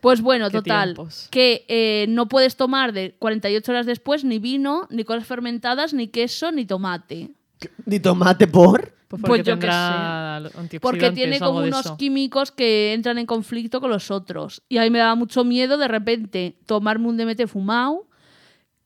A: Pues bueno,
D: Qué
A: total,
D: tiempos.
A: que eh, no puedes tomar de 48 horas después ni vino, ni cosas fermentadas, ni queso, ni tomate.
C: Ni tomate por...
D: Pues
A: Pues
D: porque
A: yo qué
D: tendrá antioxidantes
A: Porque tiene
D: o algo
A: como
D: de
A: unos
D: eso.
A: químicos que entran en conflicto con los otros. Y ahí me daba mucho miedo de repente tomarme un DMT fumado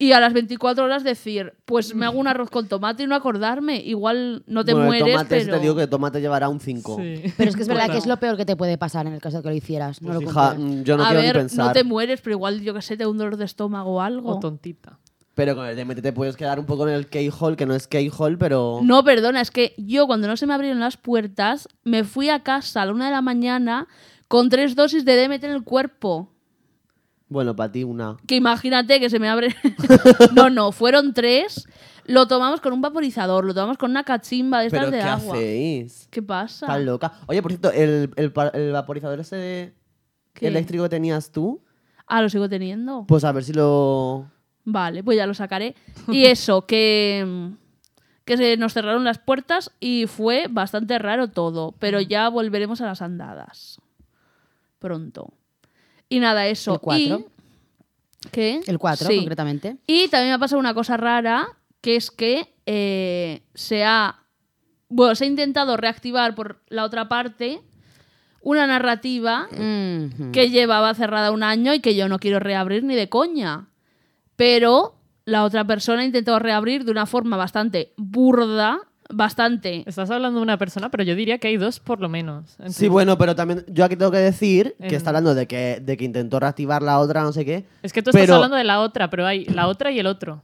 A: y a las 24 horas decir, pues me hago un arroz con tomate y no acordarme. Igual no te
C: Bueno, el
A: mueres,
C: tomate, sí
A: pero...
C: te digo que el tomate llevará un 5.
D: Sí.
E: Pero es que es verdad
D: Bueno.
E: que es lo peor que te puede pasar en el caso de que lo hicieras. No
C: Pues,
E: lo
C: hija,
E: compruebes.
C: mm, yo no
A: a
C: quiero
A: ver,
C: ni pensar.
A: no te mueres, pero igual yo que sé, te da un dolor de estómago o algo.
D: O tontita.
C: Pero con el DMT te puedes quedar un poco en el keyhole, que no es keyhole, pero...
A: No, perdona, es que yo cuando no se me abrieron las puertas, me fui a casa a la una de la mañana con tres dosis de DMT en el cuerpo.
C: Bueno, para ti una.
A: Que imagínate que se me abre. *laughs* no, no, fueron tres. Lo tomamos con un vaporizador, lo tomamos con una cachimba de estas
C: ¿Pero
A: de
C: qué
A: agua.
C: hacéis?
A: ¿Qué pasa?
C: Estás loca. Oye, por cierto, el, el pa- el vaporizador ese de-
A: ¿Qué?
C: eléctrico que tenías tú,
A: Ah, lo sigo teniendo.
C: pues a ver si lo...
A: Vale, pues ya lo sacaré.
E: *laughs*
A: Y eso, que, que se nos cerraron las puertas y fue bastante raro todo,
E: Mm.
A: pero ya volveremos a las andadas. Pronto. Y nada, eso.
E: ¿El cuatro?
A: Y- ¿Qué?
C: mm.
E: El 4,
A: Sí.
E: concretamente.
A: Y también me ha pasado una cosa rara, que es que eh, se ha. Bueno, se ha intentado reactivar por la otra parte una narrativa
E: Mhm.
A: que llevaba cerrada un año y que yo no quiero reabrir ni de coña. Pero la otra persona intentó reabrir de una forma bastante burda, bastante.
D: Estás hablando de una persona, pero yo diría que hay dos por lo menos. Entonces, Eh.
C: Sí, bueno, pero también yo aquí tengo que decir que
D: En-
C: está hablando de que, de que intentó reactivar la otra, no sé qué.
D: Es que tú
C: pero-
D: estás hablando de la otra, pero hay la otra y el otro.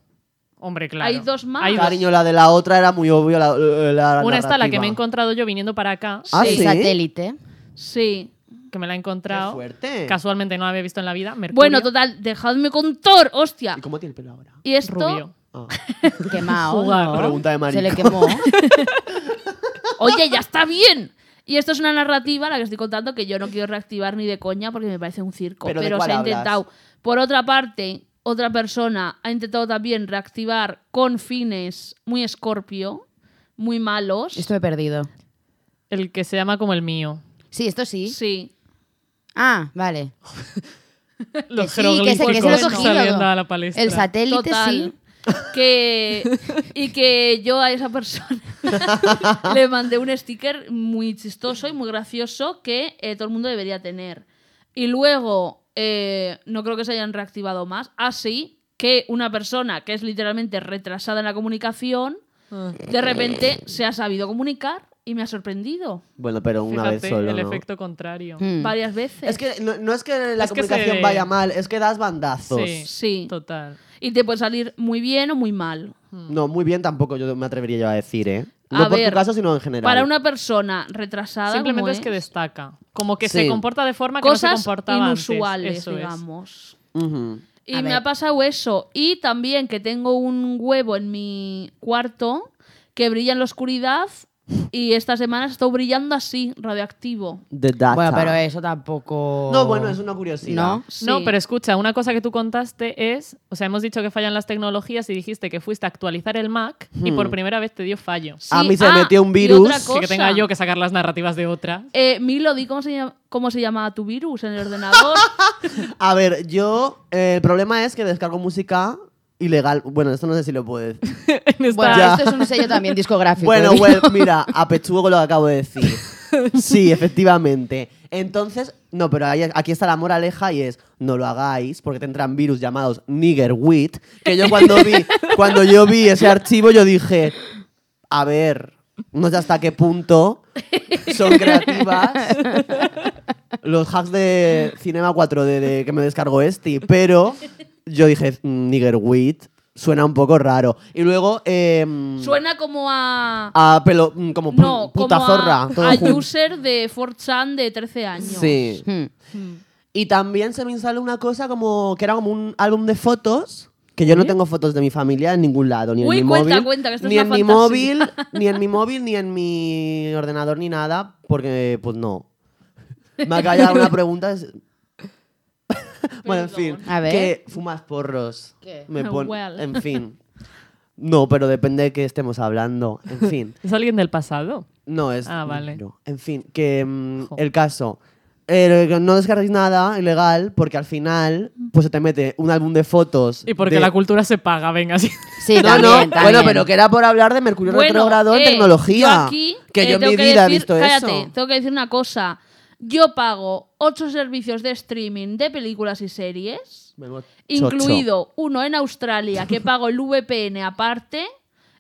D: Hombre, claro.
A: Hay dos más.
D: Hay dos.
C: Cariño, la de la otra era muy obvio. La, la- la
D: pues. Una está la
C: narrativa.
D: que me he encontrado yo viniendo para acá,
C: Ah,
A: Sí. *laughs*
C: sí.
E: Satélite.
A: Sí.
D: que me la he
C: Qué
D: encontrado.
C: fuerte.
D: Casualmente no la había visto en la vida. Mercurio,
A: Bueno, total, dejadme contar, hostia.
C: ¿Y cómo tiene el pelo ahora?
A: Y esto,
D: Rubio.
C: Ah.
E: Quemado.
D: Jugar.
E: ¿no?
C: Pregunta de
E: Se le
C: marica. *laughs*
E: quemó.
A: oye, ya está bien. Y esto es una narrativa, la que estoy contando, que yo no quiero reactivar ni de coña porque me parece un circo.
C: ¿Pero
A: Pero,
C: de cuál
A: se ha
C: hablas?
A: intentado. Por otra parte, otra persona ha intentado también reactivar con fines muy escorpio, muy malos.
E: Esto me he perdido.
D: el que se llama como el mío.
E: Sí, esto sí.
A: Sí.
E: Ah, vale.
D: Los
E: sí, *laughs* que se- que se
D: jeroglíficos
E: lo he cogido.
D: saliendo a la palestra.
E: El satélite
A: Total.
E: sí.
A: *laughs* Que, y que yo a esa persona *laughs* le mandé un sticker muy chistoso y muy gracioso que eh, todo el mundo debería tener. Y luego, eh, no creo que se hayan reactivado más. Así que una persona que es literalmente retrasada en la comunicación,
D: Ah.
A: de repente se ha sabido comunicar y me ha sorprendido
C: Bueno, pero una
D: Fíjate
C: vez solo.
D: el
C: ¿no?
D: efecto contrario.
E: Mm.
A: varias veces.
C: Es que no, no es que la
D: Es que
C: comunicación
D: se-
C: vaya mal, es que das bandazos.
D: Sí.
A: sí.
D: Total.
A: Y te puede salir muy bien o muy mal.
C: No, muy bien tampoco yo me atrevería yo a decir, ¿eh?
A: A
C: No por
A: ver,
C: tu caso, sino en general.
A: Para una persona retrasada. como
D: Simplemente es que
A: es,
D: destaca. Como que
C: Sí.
D: se comporta de forma que no se
A: cosas
D: comportaba
A: inusuales,
D: antes. Eso es.
A: digamos.
C: Ujú.
A: Y
E: A
A: me
E: ver.
A: ha pasado eso. Y también que tengo un huevo en mi cuarto que brilla en la oscuridad Y esta semana se está brillando así, radioactivo.
C: The data.
E: Bueno, pero eso tampoco.
C: No, bueno, es una curiosidad.
E: ¿No?
D: No,
A: Sí.
D: pero escucha, una cosa que tú contaste es, o sea, hemos dicho que fallan las tecnologías y dijiste que fuiste a actualizar el Mac y
C: Hmm.
D: por primera vez te dio fallo.
A: Sí, Ah,
C: A mí se metió un
A: y
C: virus.
A: otra
D: Así que tenga
A: cosa.
D: yo que sacar las narrativas de otra. *laughs*
A: Eh, Milo, di cómo se, llama, cómo se llama tu virus en el
C: *laughs*
A: ordenador.
C: A ver, yo. eh, el problema es que descargo música ilegal. Bueno, esto no sé si lo puedo decir.
D: En esta-
E: Bueno,
C: Ya.
E: esto es un sello también discográfico. ¿eh?
C: Bueno,
E: digo.
C: bueno, mira, apechúo con lo que acabo de decir. Sí, efectivamente. Entonces, no, pero ahí- aquí está la moraleja y es, no lo hagáis porque te entran virus llamados niggerwit, que yo cuando vi, cuando yo vi ese archivo yo dije, a ver, no sé hasta qué punto son creativas los hacks de Cinema 4D de que me descargó este, pero yo dije, "Mm, niggerwit suena un poco raro. Y luego... em,
A: Suena como a.
C: a pelo, mm, como pu-
A: no,
C: puta
A: como
C: zorra.
A: a,
C: todo
A: a
C: *laughs* junto.
A: user de 4chan de 13 años.
C: Sí.
E: *laughs* Hmm.
C: Y también se me instaló una cosa como que era como un álbum de fotos. Que yo no tengo fotos de mi familia en ningún lado, ni
A: Uy,
C: en mi
A: cuenta,
C: móvil.
A: cuenta, que esto es
C: ni
A: una
C: en mi
A: fantasía. *laughs*
C: móvil, ni en mi móvil, ni en mi ordenador, ni nada, porque pues no. Me ha callado una pregunta. es- *laughs* bueno, en fin.
E: A ver.
C: Que fumas porros.
E: ¿Qué?
A: *laughs*
C: Me pon-
A: Well.
C: En fin. No, pero depende de qué estemos hablando.
A: *laughs*
C: En fin.
D: ¿Es alguien del pasado?
C: No, es.
D: Ah, vale.
C: no. En fin, que mm,
D: Jo.
C: el caso. Eh, que no descarguéis nada ilegal porque al final pues se te mete un álbum de fotos.
D: Y porque
C: de-
D: la cultura se paga, venga, *laughs* sí.
E: Sí,
C: No,
E: también,
C: no,
E: también.
C: bueno, pero que era por hablar de Mercurio
A: Bueno,
C: retrogrado en
A: eh,
C: tecnología.
A: yo aquí,
C: que
A: eh,
C: yo en
A: tengo
C: mi
A: que
C: vida he
A: decir-
C: visto
A: cállate,
C: eso.
A: tengo que decir una cosa. Yo pago ocho servicios de streaming de películas y series,
C: Menudo chocho.
A: incluido uno en Australia que pago el VPN aparte,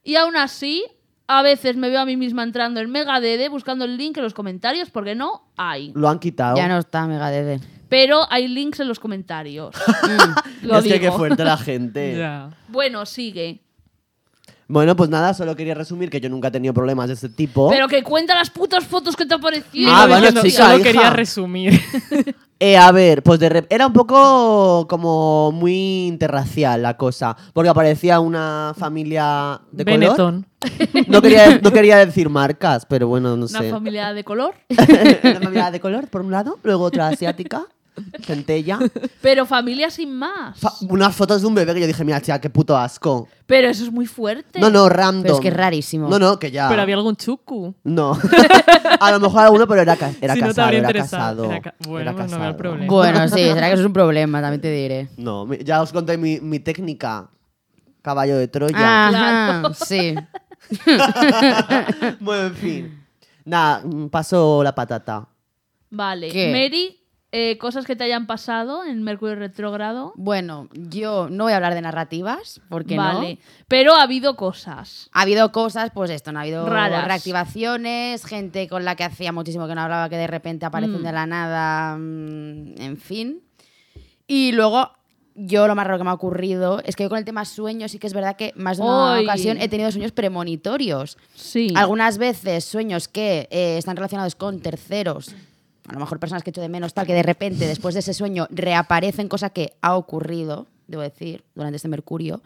A: y aún así a veces me veo a mí misma entrando en MegaDD buscando el link en los comentarios porque no hay.
C: Lo han quitado.
E: Ya no está Megadede.
A: Pero hay links en los
C: *laughs*
A: comentarios. Lo
C: es que qué
A: digo.
C: fuerte
A: *laughs*
C: la gente.
D: Ya.
A: Bueno, sigue.
C: Bueno, pues nada, solo quería resumir que yo nunca he tenido problemas de este tipo.
A: Pero que cuenta las putas fotos que te aparecieron.
C: Ah,
D: Iba
C: bueno,
D: diciendo,
C: chica,
D: Solo
C: hija.
D: quería resumir.
C: Eh, a ver, pues de rep- era un poco como muy interracial la cosa, porque aparecía una familia de color.
D: Benetton.
C: No quería, no quería
D: *laughs*
C: decir marcas, pero bueno, no
A: Una
C: sé.
A: familia de color.
C: *laughs* Una familia de color, por un lado, luego otra asiática, centella.
A: Pero familia sin más.
C: Fa- unas fotos de un bebé que yo dije, mira, tía, qué puto asco.
A: Pero eso es muy fuerte.
C: No, no, random.
E: Pero es que es rarísimo.
C: No, no, que ya.
D: Pero había algún chucu. *laughs*
C: No. A lo mejor alguno, pero era, ca- era
D: Si no te
C: casado,
D: habría
C: era
D: interesado.
C: casado.
D: Era ca- bueno,
C: era
D: no veo el
C: casado.
D: problema.
E: Bueno, sí, será que eso es un problema, también te diré.
C: No, mi- ya os conté mi, mi técnica. Caballo de Troya.
D: Ah.
E: Ajá, sí.
C: Bueno, en fin. Nada, mm, paso la
D: *laughs*
C: patata.
A: Vale.
E: ¿Qué?
A: Mary, eh, cosas que te hayan pasado en Mercurio retrógrado.
E: Bueno, yo no voy a hablar de narrativas, porque
A: Vale.
E: no.
A: Pero ha habido cosas.
E: Ha habido cosas, pues esto, no ha habido
A: Raras.
E: reactivaciones, gente con la que hacía muchísimo que no hablaba, que de repente aparecen de la nada, mm, en fin. Y luego, yo lo más raro que me ha ocurrido es que yo con el tema sueños sí que es verdad que más de una
A: Oy.
E: ocasión he tenido sueños premonitorios.
A: Sí.
E: Algunas veces sueños que eh, están relacionados con terceros, a lo mejor personas que echo de menos, tal, que
C: *laughs*
E: de repente después de ese sueño reaparecen, cosa que ha ocurrido, debo decir, durante este Mercurio.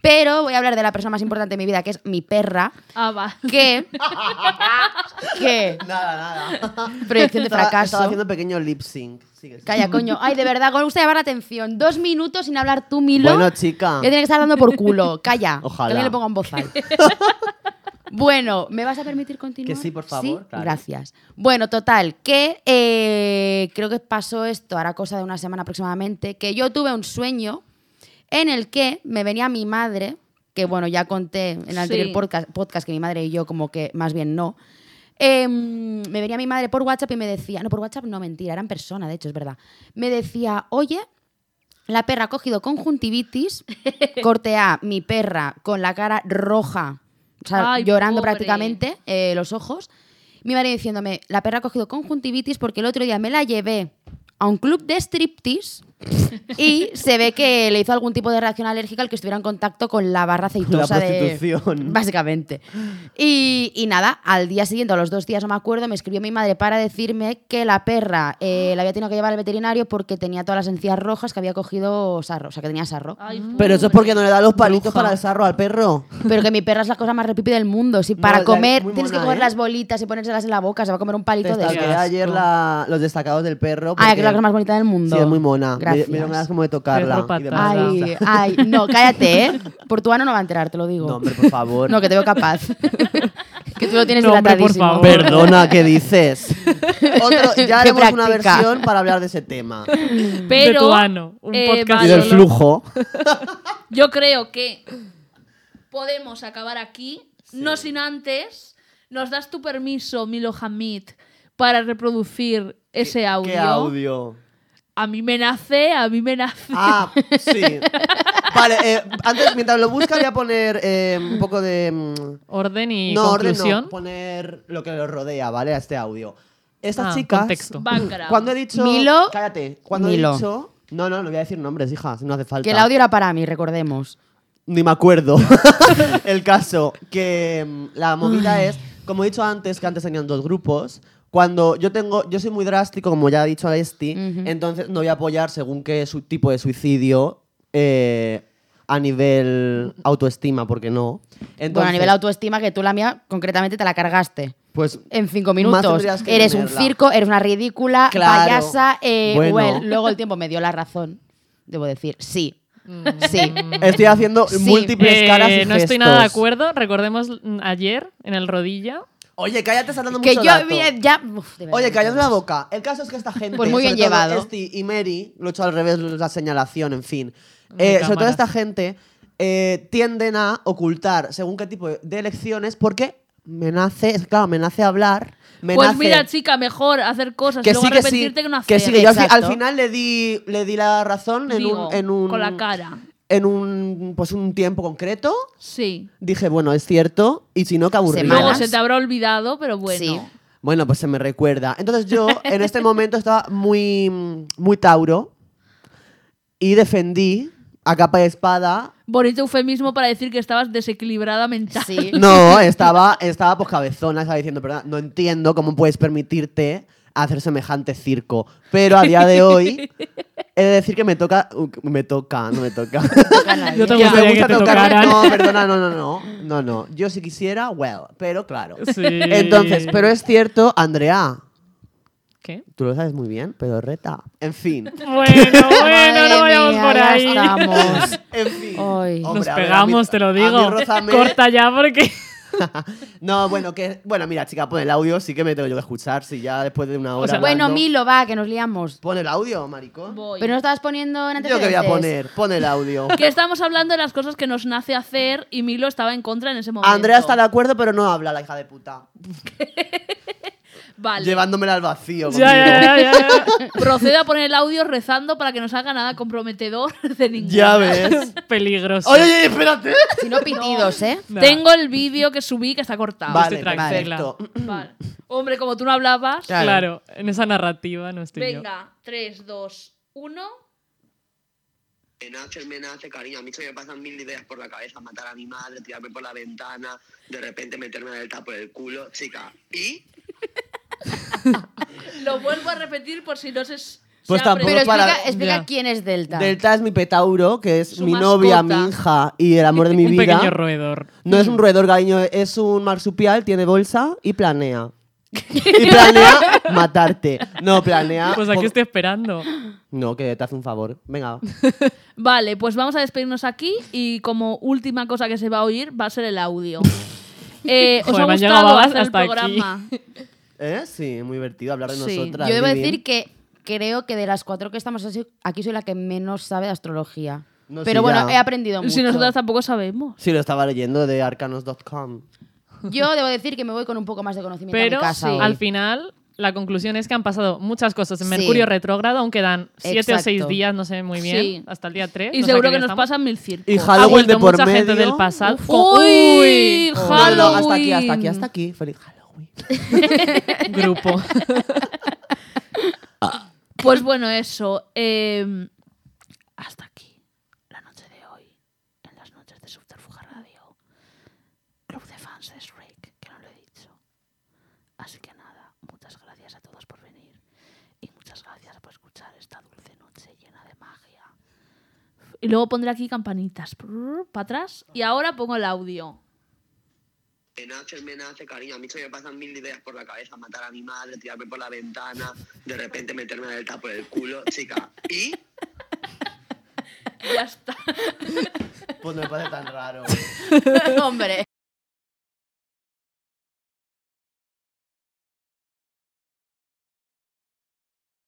E: Pero voy a hablar de la persona más importante de mi vida, que es mi perra,
A: Ah, va.
C: *laughs*
E: que... que...
C: Nada, nada.
E: Proyección de
C: Estaba- Estaba
E: fracaso.
C: haciendo pequeño lip sync. Sigue, sigue.
E: Calla, coño. Ay, de verdad, me gusta llamar la atención. Dos minutos sin hablar tú, Milo.
C: Bueno, chica.
E: Ya tiene que estar dando por
C: *laughs*
E: culo. Calla.
C: Ojalá.
E: Que alguien le ponga un bozal.
C: *laughs*
E: bueno, ¿me vas a permitir continuar?
C: Que sí, por favor,
E: Sí,
C: claro.
E: gracias. Bueno, total, que eh, creo que pasó esto, hará cosa de una semana aproximadamente, que yo tuve un sueño en el que me venía mi madre, que bueno, ya conté en el anterior
A: Sí.
E: podcast, podcast que mi madre y yo como que más bien no. Eh, mm, me venía mi madre por WhatsApp y me decía, no, por WhatsApp no, mentira, era en persona, de hecho, es verdad. Me decía, oye, la perra ha
A: *laughs*
E: cogido conjuntivitis, corte A, mi perra con la cara roja, o sea,
A: Ay,
E: llorando
A: pobre.
E: prácticamente, eh, los ojos. Mi madre diciéndome, la perra ha cogido conjuntivitis porque el otro día me la llevé a un club de striptease
A: *laughs*
E: Y se ve que le hizo algún tipo de reacción alérgica al que estuviera en contacto con la barra aceitosa de... *laughs*
C: prostitución.
E: Básicamente. Y, y nada, al día siguiente, o los dos días, no me acuerdo, me escribió mi madre para decirme que la perra eh, la había tenido que llevar al veterinario porque tenía todas las encías rojas que había cogido sarro, o sea, que tenía sarro.
A: Ay,
D: Ah.
C: Pero eso es porque no le da los palitos
D: Bruja.
C: para el sarro al perro.
E: Pero que mi perra es la cosa más repipi del mundo. Si para
C: No, ya,
E: comer
C: muy
E: tienes que
C: mona,
E: coger
C: ¿eh?
E: las bolitas y ponérselas en la boca, se va a comer un palito de
C: Te
E: eso.
C: stalkeé ayer
D: asco.
C: la- los destacados del perro.
E: Ay, que
C: porque-
E: es la cosa más bonita del mundo.
C: Sí, es muy mona. Me- Me,
E: Gracias.
C: dieron ganas como de tocarla.
D: Perro
C: y de
D: patada.
C: abrazarla.
E: Ay, ay, no, cállate, ¿eh? Portuano no va a enterar, te lo digo.
C: No, hombre, por favor.
E: No, que te veo capaz. que tú lo tienes
D: No, hombre, por
E: dilatadísimo.
C: *laughs*
D: favor.
C: Perdona,
E: *laughs*
C: ¿qué dices? Otro- ya
E: Qué
C: haremos una
E: práctica.
C: versión para hablar de ese
E: *laughs*
C: tema.
A: Pero,
D: de tu ano, un
A: eh,
E: Ah,
D: podcast
A: Y del
D: solo.
C: flujo.
A: Yo creo que podemos acabar aquí, no sin antes. ¿Nos das tu permiso, Milo Hamid, para reproducir ese audio?
C: ¿Qué
E: *laughs*
C: audio?
A: A mí me nace, a mí me nace.
C: Ah, sí. Vale, eh, antes, mientras lo busca, voy a poner eh, un poco de. mm,
D: Orden y
C: no, orden
D: conclusión.
C: no. Poner lo que lo rodea, ¿vale? A este audio.
D: Ah,
C: Estas chicas.
D: contexto.
A: Background.
C: Cuando he dicho.
E: Milo.
C: Cállate. Cuando
E: Milo.
C: he dicho. No, no, no voy a decir nombres, hija, si no hace falta.
E: Que el audio era para mí, recordemos.
C: Ni me acuerdo. *laughs* el caso, que mm, la movida es, como he dicho antes, que antes tenían dos grupos. Cuando yo tengo, yo soy muy drástico, como ya ha dicho Alesti, entonces no voy a apoyar según qué su- tipo de suicidio eh, a nivel autoestima, porque no. Entonces,
E: bueno, a nivel autoestima, que tú la mía concretamente te la cargaste.
C: Pues
E: En cinco
C: Más
E: minutos.
C: tendrías que
E: Eres un
C: tenerla.
E: circo, eres una ridícula,
C: Claro.
E: payasa. eh,
C: Bueno.
E: well, luego el tiempo me dio la razón. Debo decir, sí.
C: *laughs*
E: Sí.
C: estoy haciendo
E: Sí.
C: múltiples
D: Mm. Eh,
C: caras y
D: no estoy nada de
C: gestos.
D: acuerdo. Recordemos mm, ayer en el rodilla.
C: Oye, cállate, estás dando
E: que
C: mucho
E: yo
C: dato.
E: mira, ya. uf, de verdad,
C: Oye, cállate
E: no.
C: la boca. El caso es que esta gente.
E: Pues muy bien
C: sobre todo
E: llevado.
C: Esti y Mary, lo he hecho al revés, la señalación, en fin.
D: Muy
C: Eh, sobre
D: cámaras.
C: todo esta gente eh, tienden a ocultar según qué tipo de- de elecciones porque me nace, es que, claro, me nace hablar. Me
A: pues
C: nace-
A: mira, chica, mejor hacer cosas y
C: que
A: luego
C: sí, que sí.
A: arrepentirte que no hacer.
C: que sí, que yo al, fi- al
E: Exacto.
C: final le di, le di la razón en,
A: Digo,
C: un, en un-
A: Con la cara.
C: En un, pues un tiempo concreto.
A: Sí.
C: Dije, bueno, es cierto. Y si no, que aburrido.
E: Malas.
A: Luego se te habrá olvidado, pero bueno.
E: Sí.
C: Bueno, pues se me recuerda. Entonces yo en este momento estaba muy, mm, muy tauro y defendí a capa y espada.
A: Bonito eufemismo para decir que estabas desequilibrada mental.
E: Sí.
C: *laughs* No, estaba, estaba pues cabezona, estaba diciendo, perdón, no entiendo cómo puedes permitirte hacer semejante circo. Pero a día de hoy he de decir que me toca, uh, me toca, no me toca.
D: *laughs* Yo te
C: Que *laughs* me
D: gustaría que
C: gusta
D: te
C: tocar-
D: tocaran.
C: No, perdona, no, no, no, no, no. Yo si quisiera, well, pero claro.
D: Sí.
C: Entonces, pero es cierto, Andrea,
D: ¿Qué?
C: tú lo sabes muy bien, pero reta. En fin. *laughs*
D: Bueno, bueno,
E: Madre
D: no vayamos
E: mía,
D: por
E: ya
D: ahí.
E: estamos.
C: *laughs* En fin.
E: Ay.
D: Nos
C: Hombre, a ver,
D: pegamos,
C: a mí-
D: te lo
C: a mí
D: digo.
C: Rózame-
D: Corta ya
C: *laughs*
D: porque.
C: No, bueno, que bueno, mira, chica, pon el audio, sí que me tengo yo que escuchar, si ya después de una hora.
D: sea,
E: Bueno,
C: hablando-
E: Milo, va, que nos liamos.
C: Pon el audio, maricón.
A: Voy.
E: Pero no estabas poniendo en
C: Yo que voy a
E: antecedentes.
C: poner, pon
A: *laughs*
C: el audio.
A: Que estamos hablando de las cosas que nos nace hacer y Milo estaba en contra en ese momento.
C: Andrea está de acuerdo, pero no habla la hija de puta.
A: Vale.
C: Llevándomela al vacío.
D: Ya, ya,
C: conmigo.
D: ya, ya,
A: Procedo a poner el audio rezando para que no salga nada comprometedor *laughs* de ningún.
C: *laughs* Ya
D: *laughs*
C: ves.
D: ya. Peligroso.
C: Oye, oye, espérate. *laughs*
E: Si no pitidos, ¿eh?
D: Nada.
A: *laughs* Tengo el vídeo que subí que está cortado.
C: Vale,
D: tranquila.
C: perfecto.
A: Vale. Hombre, como tú no hablabas.
C: Claro.
D: Claro, en esa narrativa no estoy yo.
A: Venga, 3, 2, 1.
F: Me nace, me nace, cariño. A mí se me pasan mil ideas por la cabeza. Matar a mi madre, tirarme por la ventana, de repente meterme la delta por el culo. Chica, ¿y?
A: Lo vuelvo a repetir por si no se. se
C: Pues
A: ha
C: tampoco
E: Pero
A: aprendido.
C: para-
E: explica, explica
D: Ya.
E: quién es Delta.
C: Delta es mi petauro, que es
A: Su
C: mi
A: mascota.
C: novia, mi hija y el amor de mi
D: Un
C: vida.
D: pequeño roedor.
C: No
E: Mm.
C: es un roedor, cariño, es un marsupial, tiene bolsa y planea.
D: *laughs*
C: y planea matarte. No, planea.
D: Pues aquí
C: po-
D: estoy esperando.
C: No, que te hace un favor.
D: *laughs*
C: Venga.
A: Vale, pues vamos a despedirnos aquí y como última cosa que se va a oír va a ser el audio. *laughs* Eh, ¿Os
D: Joder,
A: ha
D: me han llegado
A: gustado
D: babas
A: hacer el
D: hasta aquí.
A: programa?
C: ¿Eh? Sí, muy divertido hablar de
A: Sí.
C: nosotras.
E: Yo debo
C: Vivi.
E: decir que creo que de las cuatro que estamos así- aquí soy la que menos sabe de astrología.
C: No,
E: Pero
C: sí,
E: bueno,
C: ya.
E: he aprendido mucho.
A: Si nosotras tampoco sabemos.
C: Sí, lo estaba leyendo de arcanos.com.
E: Yo debo decir que me voy con un poco más de conocimiento a
D: Pero
E: mi casa.
D: sí,
E: hoy.
D: al final, la conclusión es que han pasado muchas cosas en
E: Sí.
D: Mercurio retrógrado, aún quedan siete o
E: Exacto.
D: seis días, no sé muy bien,
A: Sí.
D: hasta el día 3.
A: Y seguro que ¿eh? nos pasan mil circos.
C: Y
D: Ha
C: Halloween de
D: vuelto
C: por
D: Ah, mucha
C: medio. Oh,
D: gente del pasado.
A: Uf.
D: con-
A: Uy,
D: Uy,
A: ja-
C: No, no, hasta aquí, hasta aquí,
A: Halloween.
C: hasta aquí. Feliz Halloween.
D: *laughs* grupo.
A: Pues bueno, eso. eh, escuchar esta dulce noche llena de magia. Y luego pondré aquí campanitas para atrás. Y ahora pongo el audio.
F: Me nace, me nace, cariño. A mí se me pasan mil ideas por la cabeza. Matar a mi madre, tirarme por la ventana, de repente meterme la delta por el culo, chica. Y
A: Ya está.
D: *laughs*
C: Pues no me parece tan raro.
E: *laughs* Hombre.